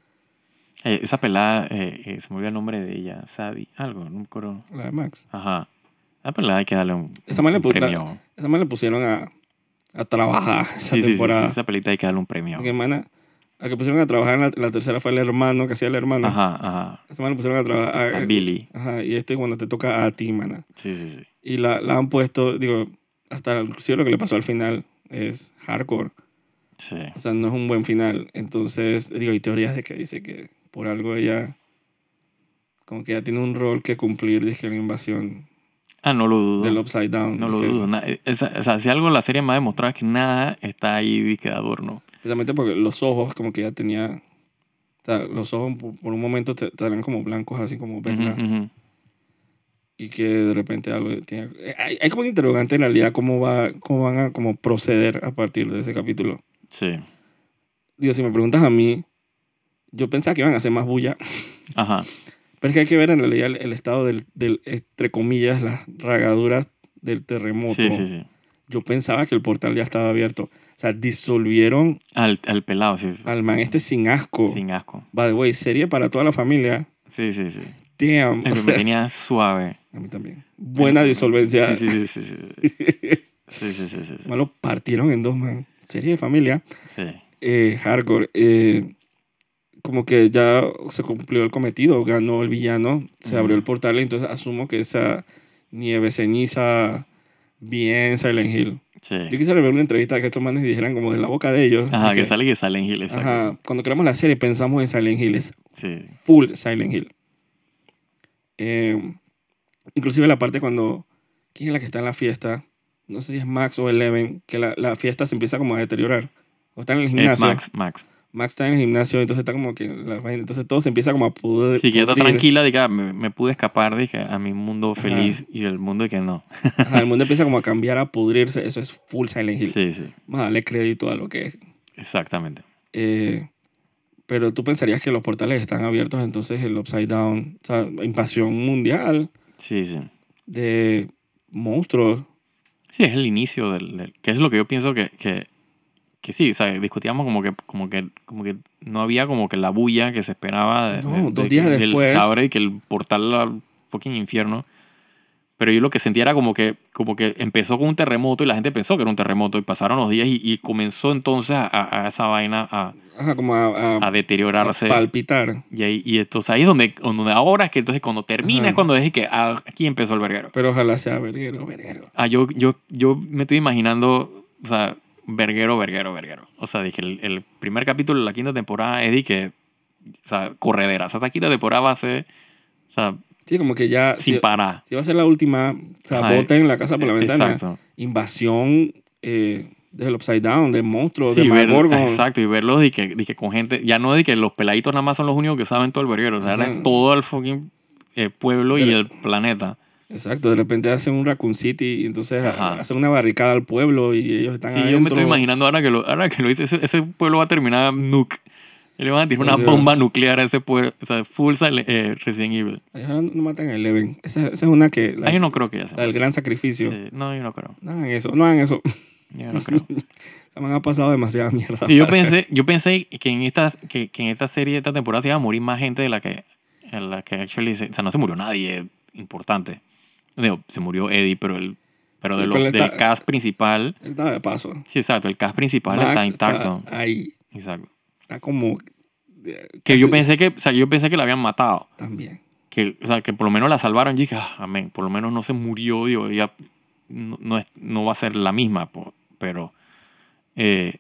[SPEAKER 2] eh, esa pelada, eh, eh, se me olvidó el nombre de ella. Sadie, algo, no me acuerdo.
[SPEAKER 1] La de Max.
[SPEAKER 2] Ajá. Esa pelada hay que darle un,
[SPEAKER 1] Esa man le
[SPEAKER 2] un
[SPEAKER 1] pu- la-
[SPEAKER 2] premio.
[SPEAKER 1] Esa más le pusieron a, a trabajar esa
[SPEAKER 2] Sí, sí, sí, sí,
[SPEAKER 1] temporada.
[SPEAKER 2] esa pelita hay que darle un premio.
[SPEAKER 1] Porque, hermana, al que pusieron a trabajar en la, la tercera fue el hermano que hacía el hermano.
[SPEAKER 2] Ajá, ajá.
[SPEAKER 1] Esa man le pusieron a trabajar.
[SPEAKER 2] A Billy.
[SPEAKER 1] Ajá, y este cuando te toca a ti, mana.
[SPEAKER 2] Sí, sí, sí.
[SPEAKER 1] Y la, la han puesto, digo, hasta inclusive lo que le pasó al final es hardcore.
[SPEAKER 2] Sí.
[SPEAKER 1] O sea, no es un buen final. Entonces, digo, hay teorías de que dice que por algo ella, como que ya tiene un rol que cumplir, dice que la invasión
[SPEAKER 2] Ah, no lo dudo.
[SPEAKER 1] del Upside Down.
[SPEAKER 2] no lo
[SPEAKER 1] dizque,
[SPEAKER 2] dudo. Na- eh, esa- o sea, si algo la serie me ha demostrado es que nada está ahí disque de adorno.
[SPEAKER 1] Precisamente porque los ojos, como que ya tenía, o sea, los ojos por, por un momento te, te eran como blancos, así como verga.
[SPEAKER 2] Ujú, ujú.
[SPEAKER 1] Y que de repente algo tiene- Hay, hay como un interrogante en realidad cómo, va, cómo van a como proceder a partir de ese capítulo.
[SPEAKER 2] Sí.
[SPEAKER 1] Digo, si me preguntas a mí, yo pensaba que iban a hacer más bulla,
[SPEAKER 2] Ajá.
[SPEAKER 1] pero es que hay que ver en realidad el, el estado del, del, entre comillas, las ragaduras del terremoto.
[SPEAKER 2] Sí, sí, sí.
[SPEAKER 1] Yo pensaba que el portal ya estaba abierto. O sea, disolvieron
[SPEAKER 2] Al, al pelado, sí.
[SPEAKER 1] al man este sin asco.
[SPEAKER 2] Sin asco.
[SPEAKER 1] By the way, serie para toda la familia.
[SPEAKER 2] Sí, sí, sí.
[SPEAKER 1] Damn.
[SPEAKER 2] El
[SPEAKER 1] O
[SPEAKER 2] que
[SPEAKER 1] sea,
[SPEAKER 2] me tenía suave.
[SPEAKER 1] a mí también. Buena disolvencia.
[SPEAKER 2] Sí, sí, sí, sí. Sí, sí, sí. sí, sí, sí.
[SPEAKER 1] Malo, partieron en dos, man. Serie de familia.
[SPEAKER 2] Sí.
[SPEAKER 1] eh, hardcore. eh, como que ya se cumplió el cometido, ganó el villano, se abrió el portal, entonces asumo que esa nieve, ceniza, bien Silent Hill. Yo
[SPEAKER 2] sí.
[SPEAKER 1] quisiera ver una entrevista que estos manes dijeran como de la boca de ellos.
[SPEAKER 2] Ajá,
[SPEAKER 1] de
[SPEAKER 2] que sale que sale en Gil, exacto.
[SPEAKER 1] ajá, cuando creamos la serie pensamos en Silent Hill, es
[SPEAKER 2] Sí.
[SPEAKER 1] full Silent Hill. Eh, inclusive la parte cuando, ¿quién es la que está en la fiesta? No sé si es Max o Eleven, que la, la fiesta se empieza como a deteriorar. O están en el
[SPEAKER 2] Es
[SPEAKER 1] gimnasio.
[SPEAKER 2] Max, Max.
[SPEAKER 1] Max está en el gimnasio, entonces está como que la vaina- entonces todo se empieza como a pudrir.
[SPEAKER 2] Sí, que ella está
[SPEAKER 1] pudrir.
[SPEAKER 2] tranquila, diga, me, me pude escapar, dije, a mi mundo
[SPEAKER 1] Ajá.
[SPEAKER 2] feliz y el mundo de que no.
[SPEAKER 1] Ajá, el mundo empieza como a cambiar, a pudrirse. Eso es full Silent Hill.
[SPEAKER 2] Sí, sí.
[SPEAKER 1] Vamos a darle crédito a lo que es.
[SPEAKER 2] Exactamente.
[SPEAKER 1] Eh, pero tú pensarías que los portales están abiertos, entonces el Upside Down, o sea, invasión mundial
[SPEAKER 2] Sí, sí.
[SPEAKER 1] de monstruos.
[SPEAKER 2] Sí, es el inicio del, del- que es lo que yo pienso que, que, que sí, o sea, discutíamos como que, como que, como que no había como que la bulla que se esperaba de,
[SPEAKER 1] No,
[SPEAKER 2] de-
[SPEAKER 1] dos
[SPEAKER 2] de
[SPEAKER 1] días
[SPEAKER 2] que el-
[SPEAKER 1] después.
[SPEAKER 2] se abre y que el portal al fucking infierno. Pero yo lo que sentía era como que, como que empezó con un terremoto y la gente pensó que era un terremoto y pasaron los días y, y comenzó entonces a, a esa vaina a,
[SPEAKER 1] Ajá, como a, a-
[SPEAKER 2] a deteriorarse.
[SPEAKER 1] a palpitar.
[SPEAKER 2] y, ahí, y entonces ahí es donde, donde ahora es que entonces cuando termina
[SPEAKER 1] Ajá.
[SPEAKER 2] es cuando dije que ah, aquí empezó el verguero.
[SPEAKER 1] Pero ojalá sea verguero, verguero.
[SPEAKER 2] Ah, yo, yo, yo me estoy imaginando, o sea, verguero, verguero, verguero. O sea, dije, el, el primer capítulo de la quinta temporada es de que, o sea, corredera. O sea, esta quinta temporada va a ser, o sea,
[SPEAKER 1] Sí, como que ya.
[SPEAKER 2] sin
[SPEAKER 1] Si,
[SPEAKER 2] parar.
[SPEAKER 1] si va a ser la última, o sea,
[SPEAKER 2] Ajá,
[SPEAKER 1] boten la casa por la
[SPEAKER 2] eh,
[SPEAKER 1] ventana.
[SPEAKER 2] exacto.
[SPEAKER 1] Invasión eh, del Upside Down, de monstruos,
[SPEAKER 2] Sí,
[SPEAKER 1] de
[SPEAKER 2] ver-
[SPEAKER 1] Magorgon.
[SPEAKER 2] exacto, y verlos de que, de que con gente, ya no de que los peladitos nada más son los únicos que saben todo el verguero, o sea, era
[SPEAKER 1] Ajá.
[SPEAKER 2] todo el fucking eh, pueblo y
[SPEAKER 1] Pero-
[SPEAKER 2] el planeta.
[SPEAKER 1] Exacto, de repente hacen un Raccoon City y entonces
[SPEAKER 2] Ajá.
[SPEAKER 1] hacen una barricada al pueblo y ellos están
[SPEAKER 2] Sí, yo me estoy
[SPEAKER 1] adentro.
[SPEAKER 2] imaginando ahora que lo, ahora que lo hice, ese, ese pueblo va a terminar nuke. Le van a tirar una
[SPEAKER 1] Dios.
[SPEAKER 2] bomba nuclear a ese pueblo, o sea, full sale- eh, Resident Evil.
[SPEAKER 1] Ellos no- no matan a Eleven. Esa, esa es una que. La,
[SPEAKER 2] Ah, yo no creo que ya se
[SPEAKER 1] la del gran sacrificio.
[SPEAKER 2] Sí, No, yo no creo.
[SPEAKER 1] No hagan eso, no hagan eso.
[SPEAKER 2] Yo no creo.
[SPEAKER 1] Se me han pasado demasiada mierda.
[SPEAKER 2] Sí, yo
[SPEAKER 1] para-
[SPEAKER 2] pensé, yo pensé que en esta, que, que en esta serie, esta temporada, se iba a morir más gente de la que, en la que actually se- o sea, no se murió nadie importante. Digo, se murió Eddie, pero el, pero
[SPEAKER 1] Sí,
[SPEAKER 2] de lo-
[SPEAKER 1] pero está-
[SPEAKER 2] del cast principal,
[SPEAKER 1] Él está de paso.
[SPEAKER 2] sí, exacto, el cast principal
[SPEAKER 1] Max
[SPEAKER 2] está intacto.
[SPEAKER 1] ahí.
[SPEAKER 2] Exacto.
[SPEAKER 1] Está como.
[SPEAKER 2] Que yo
[SPEAKER 1] casi-
[SPEAKER 2] pensé que, o sea, yo pensé que la habían matado.
[SPEAKER 1] También.
[SPEAKER 2] Que, o sea, que por lo menos la salvaron. Yo dije, ah, amén, por lo menos no se murió, digo, ya no, no, es- no va a ser la misma, po- pero eh,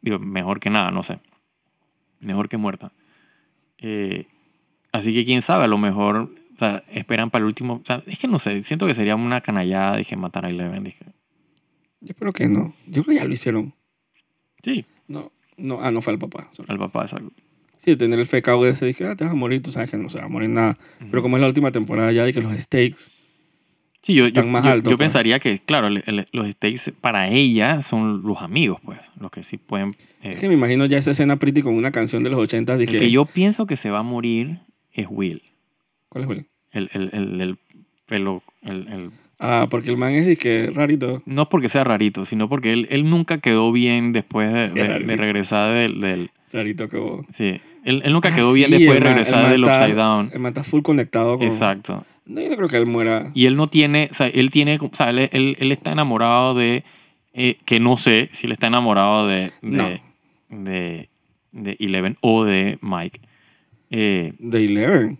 [SPEAKER 2] digo, mejor que nada, no sé. Mejor que muerta. Eh, así que quién sabe, a lo mejor o sea, esperan para el último. O sea, es que no sé, siento que sería una canallada, dije, matar a Eleven, dije.
[SPEAKER 1] Yo espero que no. Yo creo que ya lo hicieron.
[SPEAKER 2] Sí,
[SPEAKER 1] No, no, ah, no fue al papá. sorry.
[SPEAKER 2] al papá, exacto.
[SPEAKER 1] Sí, tener el fecado de ese, dije, ah, te vas a morir, tú sabes que no se va a morir nada. Pero como es la última temporada ya de que los stakes,
[SPEAKER 2] Sí, yo, yo,
[SPEAKER 1] Están más
[SPEAKER 2] yo-
[SPEAKER 1] altos,
[SPEAKER 2] yo
[SPEAKER 1] pues.
[SPEAKER 2] pensaría que, claro, el- el- los stakes para ella son los amigos, pues, los que sí pueden... eh,
[SPEAKER 1] es que me imagino ya esa escena pretty con una canción de los 80
[SPEAKER 2] el
[SPEAKER 1] dije,
[SPEAKER 2] que, yo pienso que se va a morir es Will,
[SPEAKER 1] ¿cuál es Will?
[SPEAKER 2] el, el, el, el pelo... el- el-
[SPEAKER 1] Ah, porque el man es dije, rarito.
[SPEAKER 2] no porque sea rarito, sino porque él, él nunca quedó bien después de, de- de
[SPEAKER 1] rarito.
[SPEAKER 2] regresar del... del-
[SPEAKER 1] Rarito que vos.
[SPEAKER 2] sí, él, él nunca quedó
[SPEAKER 1] Ah,
[SPEAKER 2] bien
[SPEAKER 1] sí,
[SPEAKER 2] después
[SPEAKER 1] el
[SPEAKER 2] de
[SPEAKER 1] man- el
[SPEAKER 2] regresar
[SPEAKER 1] man
[SPEAKER 2] del
[SPEAKER 1] está-
[SPEAKER 2] Upside Down.
[SPEAKER 1] El man está full conectado con.
[SPEAKER 2] Exacto.
[SPEAKER 1] No, yo no creo que él muera.
[SPEAKER 2] Y él no tiene, o sea, él tiene, o sea, él, él- él está enamorado de, eh, que no sé si él está enamorado de, de, de, de Eleven o de Mike. Eh,
[SPEAKER 1] De Eleven.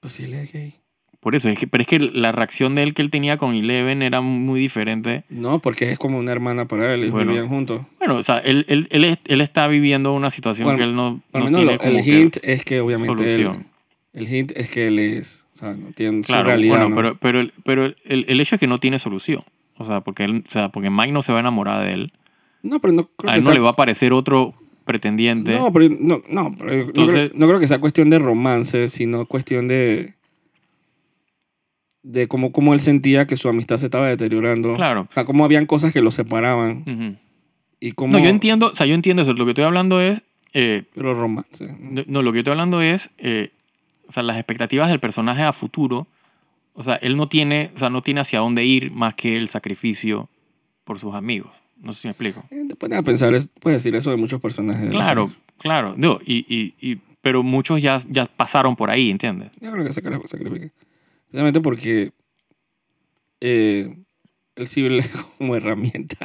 [SPEAKER 1] Pues sí, él es gay.
[SPEAKER 2] por eso, es que, pero es que la reacción de él que él tenía con Eleven era muy diferente.
[SPEAKER 1] No, porque es como una hermana para él, ellos
[SPEAKER 2] Bueno.
[SPEAKER 1] vivían juntos.
[SPEAKER 2] Bueno, o sea, él, él, él, es- él está viviendo una situación
[SPEAKER 1] Bueno,
[SPEAKER 2] que él no,
[SPEAKER 1] Al
[SPEAKER 2] no
[SPEAKER 1] menos
[SPEAKER 2] tiene
[SPEAKER 1] lo-
[SPEAKER 2] como
[SPEAKER 1] el
[SPEAKER 2] que
[SPEAKER 1] hint es que obviamente él-
[SPEAKER 2] solución.
[SPEAKER 1] el hint es que él es, o sea, no tiene su
[SPEAKER 2] Claro,
[SPEAKER 1] realidad.
[SPEAKER 2] bueno,
[SPEAKER 1] ¿no?
[SPEAKER 2] pero, pero, el- pero el, el hecho es que no tiene solución. O sea, porque él, o sea, porque Mike no se va a enamorar de él.
[SPEAKER 1] No, pero no creo
[SPEAKER 2] A
[SPEAKER 1] que
[SPEAKER 2] él no
[SPEAKER 1] sea...
[SPEAKER 2] le va a aparecer otro pretendiente.
[SPEAKER 1] No, pero, no, no, pero yo no, creo,
[SPEAKER 2] Entonces-
[SPEAKER 1] no creo que sea cuestión de romance, sino cuestión de... De cómo, cómo él sentía que su amistad se estaba deteriorando.
[SPEAKER 2] Claro.
[SPEAKER 1] O sea, cómo habían cosas que los separaban.
[SPEAKER 2] Ujú.
[SPEAKER 1] Y cómo...
[SPEAKER 2] No, yo entiendo, o sea, yo entiendo eso. Lo que estoy hablando es, eh,
[SPEAKER 1] Pero romance.
[SPEAKER 2] no, no, lo que estoy hablando es, eh, o sea, las expectativas del personaje a futuro. O sea, él no tiene, o sea, no tiene hacia dónde ir más que el sacrificio por sus amigos. No sé si me explico.
[SPEAKER 1] Eh, Te pones a pensar, es- puedes decir eso de muchos personajes. de la
[SPEAKER 2] Claro,
[SPEAKER 1] serie.
[SPEAKER 2] claro. No, y, y- y- pero muchos ya, ya pasaron por ahí, ¿entiendes?
[SPEAKER 1] Yo creo que se cre- sacrifica. Precisamente porque eh, el civil es como herramienta.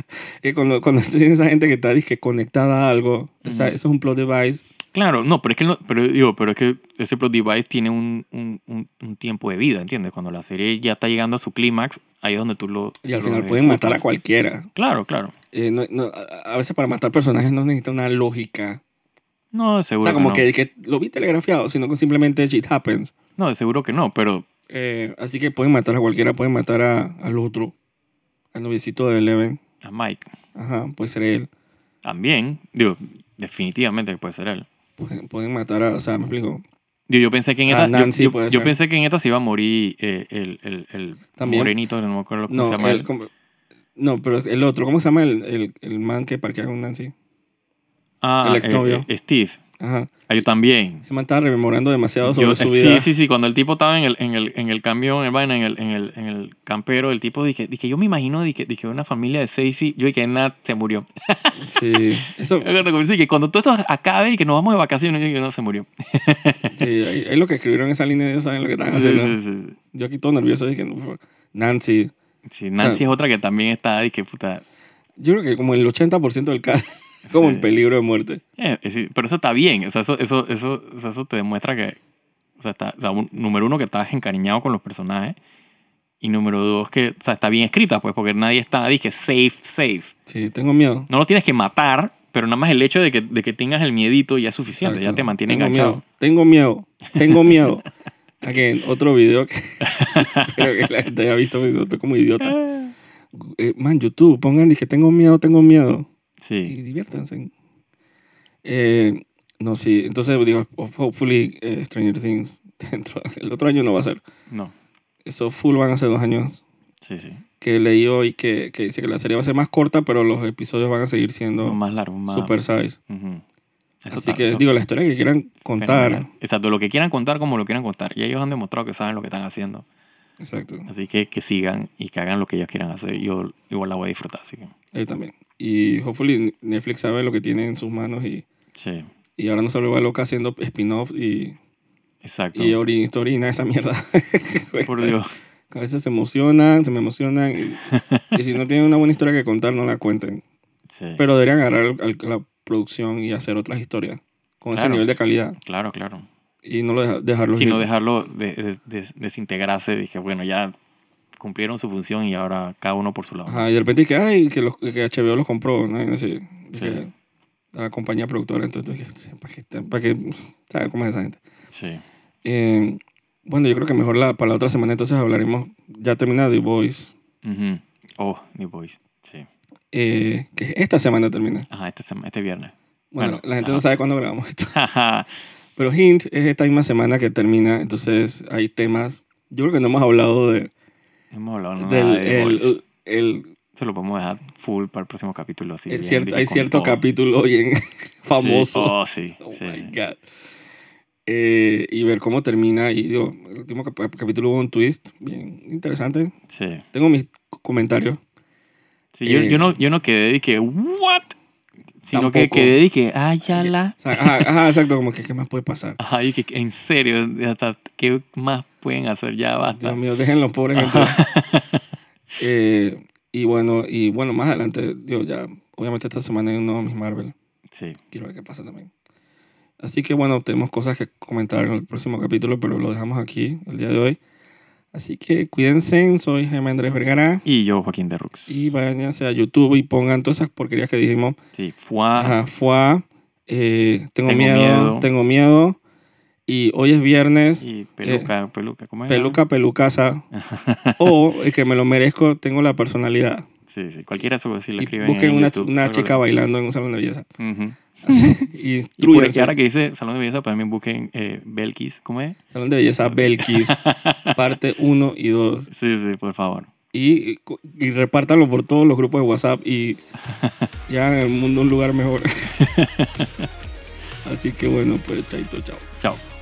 [SPEAKER 1] Eh, cuando, cuando tienes esa gente que está dizque, conectada a algo, esa- eso es un plot device.
[SPEAKER 2] Claro, no, pero es que no- pero digo, pero es que ese plot device tiene un, un- un- un tiempo de vida, ¿entiendes? Cuando la serie ya está llegando a su clímax, ahí es donde tú lo.
[SPEAKER 1] Y al
[SPEAKER 2] lo
[SPEAKER 1] final pueden matar a cualquiera.
[SPEAKER 2] Claro, claro.
[SPEAKER 1] Eh, no- no, a, a veces para matar personajes no necesita una lógica.
[SPEAKER 2] No,
[SPEAKER 1] O
[SPEAKER 2] seguro.
[SPEAKER 1] sea, como
[SPEAKER 2] no.
[SPEAKER 1] que, que lo vi telegrafiado, sino que simplemente shit happens.
[SPEAKER 2] No, de seguro que no, pero
[SPEAKER 1] Eh, así que pueden matar a cualquiera, pueden matar a, al otro, al noviecito de Eleven.
[SPEAKER 2] a ah, Mike
[SPEAKER 1] Ajá, puede ser él.
[SPEAKER 2] también, digo, definitivamente que puede ser él.
[SPEAKER 1] Pueden, pueden matar a, o sea, me explico.
[SPEAKER 2] Digo, yo pensé que en
[SPEAKER 1] Ah,
[SPEAKER 2] esta, yo-
[SPEAKER 1] Nancy
[SPEAKER 2] yo,
[SPEAKER 1] puede
[SPEAKER 2] yo
[SPEAKER 1] ser.
[SPEAKER 2] pensé que en esta se iba a morir eh, el, el, el
[SPEAKER 1] También.
[SPEAKER 2] morenito, no me acuerdo cómo
[SPEAKER 1] No,
[SPEAKER 2] se llama.
[SPEAKER 1] el-
[SPEAKER 2] él.
[SPEAKER 1] como- no, pero el otro, ¿cómo se llama el, el, el man que parquea con Nancy?
[SPEAKER 2] ah,
[SPEAKER 1] el exnovio.
[SPEAKER 2] eh, eh, Steve.
[SPEAKER 1] Ajá.
[SPEAKER 2] Ah, yo también.
[SPEAKER 1] Se me estaba rememorando demasiado sobre
[SPEAKER 2] Yo-
[SPEAKER 1] su
[SPEAKER 2] eh,
[SPEAKER 1] vida.
[SPEAKER 2] Sí, sí, sí. Cuando el tipo estaba en el, en el, en el camión, en, vaina, en, el, en, el, en el campero, el tipo dije, dije yo me imagino dije, dije una familia de seis y yo dije, nada, se murió.
[SPEAKER 1] Sí. Eso,
[SPEAKER 2] que cuando todo esto acabe y que nos vamos de vacaciones, yo dije, no, se murió.
[SPEAKER 1] sí, ahí- ahí lo que escribieron en esa línea, ellos saben lo que están
[SPEAKER 2] Sí,
[SPEAKER 1] haciendo.
[SPEAKER 2] sí, sí.
[SPEAKER 1] Yo aquí todo nervioso dije, no, por favor. Nancy.
[SPEAKER 2] Sí, Nancy
[SPEAKER 1] sea-
[SPEAKER 2] es otra que también está, dije, puta.
[SPEAKER 1] Yo creo que como el 80% del caso, como
[SPEAKER 2] Sí.
[SPEAKER 1] en peligro de muerte.
[SPEAKER 2] eh, eh, sí, pero eso está bien. O sea, eso, eso, eso, o sea, eso te demuestra que, o sea, está, o sea, un- número uno, que estás encariñado con los personajes. Y número dos, que o sea, está bien escrita, pues, porque nadie está, dije, safe, safe.
[SPEAKER 1] Sí, tengo miedo.
[SPEAKER 2] No los tienes que matar, pero nada más el hecho de que, de que tengas el miedito ya es suficiente,
[SPEAKER 1] Exacto.
[SPEAKER 2] ya te mantiene
[SPEAKER 1] tengo
[SPEAKER 2] enganchado.
[SPEAKER 1] Miedo, tengo miedo. Tengo miedo. Again, otro video que espero que la gente haya visto, porque estoy como idiota. Eh, man, YouTube, pongan, dije, tengo miedo, tengo miedo.
[SPEAKER 2] Sí,
[SPEAKER 1] Y diviértanse. Eh, no, sí, entonces digo, hopefully eh, Stranger Things dentro, el otro año no va a ser.
[SPEAKER 2] no.
[SPEAKER 1] Eso full van a ser dos años
[SPEAKER 2] Sí, sí.
[SPEAKER 1] que leí hoy que, que dice que la serie va a ser más corta, pero los episodios van a seguir siendo
[SPEAKER 2] No, más largo, más.
[SPEAKER 1] super size.
[SPEAKER 2] Ujú.
[SPEAKER 1] Así
[SPEAKER 2] Eso está-
[SPEAKER 1] que
[SPEAKER 2] eso-
[SPEAKER 1] digo, la historia que quieran contar.
[SPEAKER 2] fenomenal. Exacto, lo que quieran contar como lo quieran contar. Y ellos han demostrado que saben lo que están haciendo.
[SPEAKER 1] Exacto.
[SPEAKER 2] Así que que sigan y que hagan lo que ellos quieran hacer. Yo igual la voy a disfrutar, así que.
[SPEAKER 1] Él también. Y hopefully Netflix sabe lo que tiene en sus manos y,
[SPEAKER 2] Sí,
[SPEAKER 1] y ahora no se vuelva loca haciendo spin-off y,
[SPEAKER 2] exacto.
[SPEAKER 1] y ori- historina esa mierda.
[SPEAKER 2] Por Dios.
[SPEAKER 1] A veces se emocionan, se me emocionan. Y, y si no tienen una buena historia que contar, no la cuenten.
[SPEAKER 2] Sí.
[SPEAKER 1] Pero deberían agarrar al- al- la producción y hacer otras historias con ese
[SPEAKER 2] Claro.
[SPEAKER 1] nivel de calidad
[SPEAKER 2] Claro, claro.
[SPEAKER 1] y no lo deja- dejarlos
[SPEAKER 2] Sino
[SPEAKER 1] ir.
[SPEAKER 2] dejarlo de- de- de- desintegrarse. Dije, bueno, ya cumplieron su función y ahora cada uno por su lado.
[SPEAKER 1] Ajá, y de repente que, ay, que, los, que HBO los compró, ¿no? Y así,
[SPEAKER 2] Sí.
[SPEAKER 1] que la compañía productora, entonces, ¿para qué? ¿Para qué? ¿Sabes cómo es esa gente?
[SPEAKER 2] Sí.
[SPEAKER 1] Eh, bueno, yo creo que mejor la, para la otra semana entonces hablaremos, ya termina The Voice,
[SPEAKER 2] Ujú. Oh, New Boys. Sí.
[SPEAKER 1] eh, que esta semana termina.
[SPEAKER 2] Ajá, este, sema- este viernes.
[SPEAKER 1] Bueno,
[SPEAKER 2] Bueno,
[SPEAKER 1] la gente
[SPEAKER 2] ajá.
[SPEAKER 1] no sabe cuándo grabamos esto.
[SPEAKER 2] Ajá.
[SPEAKER 1] Pero Hint es esta misma semana que termina, entonces hay temas. Yo creo que no hemos hablado de,
[SPEAKER 2] No hemos hablado nada
[SPEAKER 1] del...
[SPEAKER 2] de Ah, The Boys.
[SPEAKER 1] el- el-
[SPEAKER 2] Se lo podemos dejar full para el próximo capítulo. Así,
[SPEAKER 1] el
[SPEAKER 2] bien,
[SPEAKER 1] cierto-
[SPEAKER 2] dije,
[SPEAKER 1] hay
[SPEAKER 2] con
[SPEAKER 1] cierto
[SPEAKER 2] todo.
[SPEAKER 1] capítulo bien famoso.
[SPEAKER 2] Sí.
[SPEAKER 1] Oh
[SPEAKER 2] Oh, sí. sí.
[SPEAKER 1] my God. Eh, y ver cómo termina. Y digo, el último cap- capítulo hubo un twist bien interesante.
[SPEAKER 2] sí.
[SPEAKER 1] Tengo mis c- comentarios.
[SPEAKER 2] Sí, yo,
[SPEAKER 1] Eh.
[SPEAKER 2] yo, no, yo no quedé y que, ¿what? Sino que
[SPEAKER 1] Tampoco.
[SPEAKER 2] quedé y que, ay, ya la.
[SPEAKER 1] O sea, ajá, ajá, exacto, como que qué más puede pasar.
[SPEAKER 2] Ajá, y que, en serio, hasta ¿qué más pueden hacer? Ya basta.
[SPEAKER 1] Dios mío, dejen los pobres gente. Eh, y bueno, y bueno, más adelante, digo, ya, obviamente esta semana hay un nuevo Miss Marvel.
[SPEAKER 2] Sí,
[SPEAKER 1] Quiero ver qué pasa también. Así que bueno, tenemos cosas que comentar en el próximo capítulo, pero lo dejamos aquí el día de hoy. Así que cuídense, soy Jaime Andrés Vergara.
[SPEAKER 2] y yo, Joaquín de Rux.
[SPEAKER 1] y váyanse a YouTube y pongan todas esas porquerías que dijimos.
[SPEAKER 2] Sí, fue.
[SPEAKER 1] Ajá, fue. tengo,
[SPEAKER 2] Tengo
[SPEAKER 1] miedo,
[SPEAKER 2] miedo.
[SPEAKER 1] tengo miedo. Y hoy es viernes,
[SPEAKER 2] Y peluca, peluca, ¿cómo es?
[SPEAKER 1] Eh, peluca, pelucaza. o el que me lo merezco, tengo la personalidad.
[SPEAKER 2] Sí, sí, cualquiera de eso, si lo
[SPEAKER 1] Y
[SPEAKER 2] escriben.
[SPEAKER 1] busquen
[SPEAKER 2] en
[SPEAKER 1] una,
[SPEAKER 2] YouTube,
[SPEAKER 1] una
[SPEAKER 2] algo
[SPEAKER 1] chica
[SPEAKER 2] le-
[SPEAKER 1] bailando en un salón de belleza. y
[SPEAKER 2] Ujú. Y por aquí,
[SPEAKER 1] instruyanse.
[SPEAKER 2] ahora que dice Salón de Belleza, pues también busquen eh, Belkis, ¿cómo es?
[SPEAKER 1] Salón de belleza Belkis, parte 1 y 2.
[SPEAKER 2] Sí, sí, por favor.
[SPEAKER 1] Y, y repártanlo por todos los grupos de WhatsApp y y hagan el mundo un lugar mejor. Así que bueno, pues chaito, chao.
[SPEAKER 2] Chao.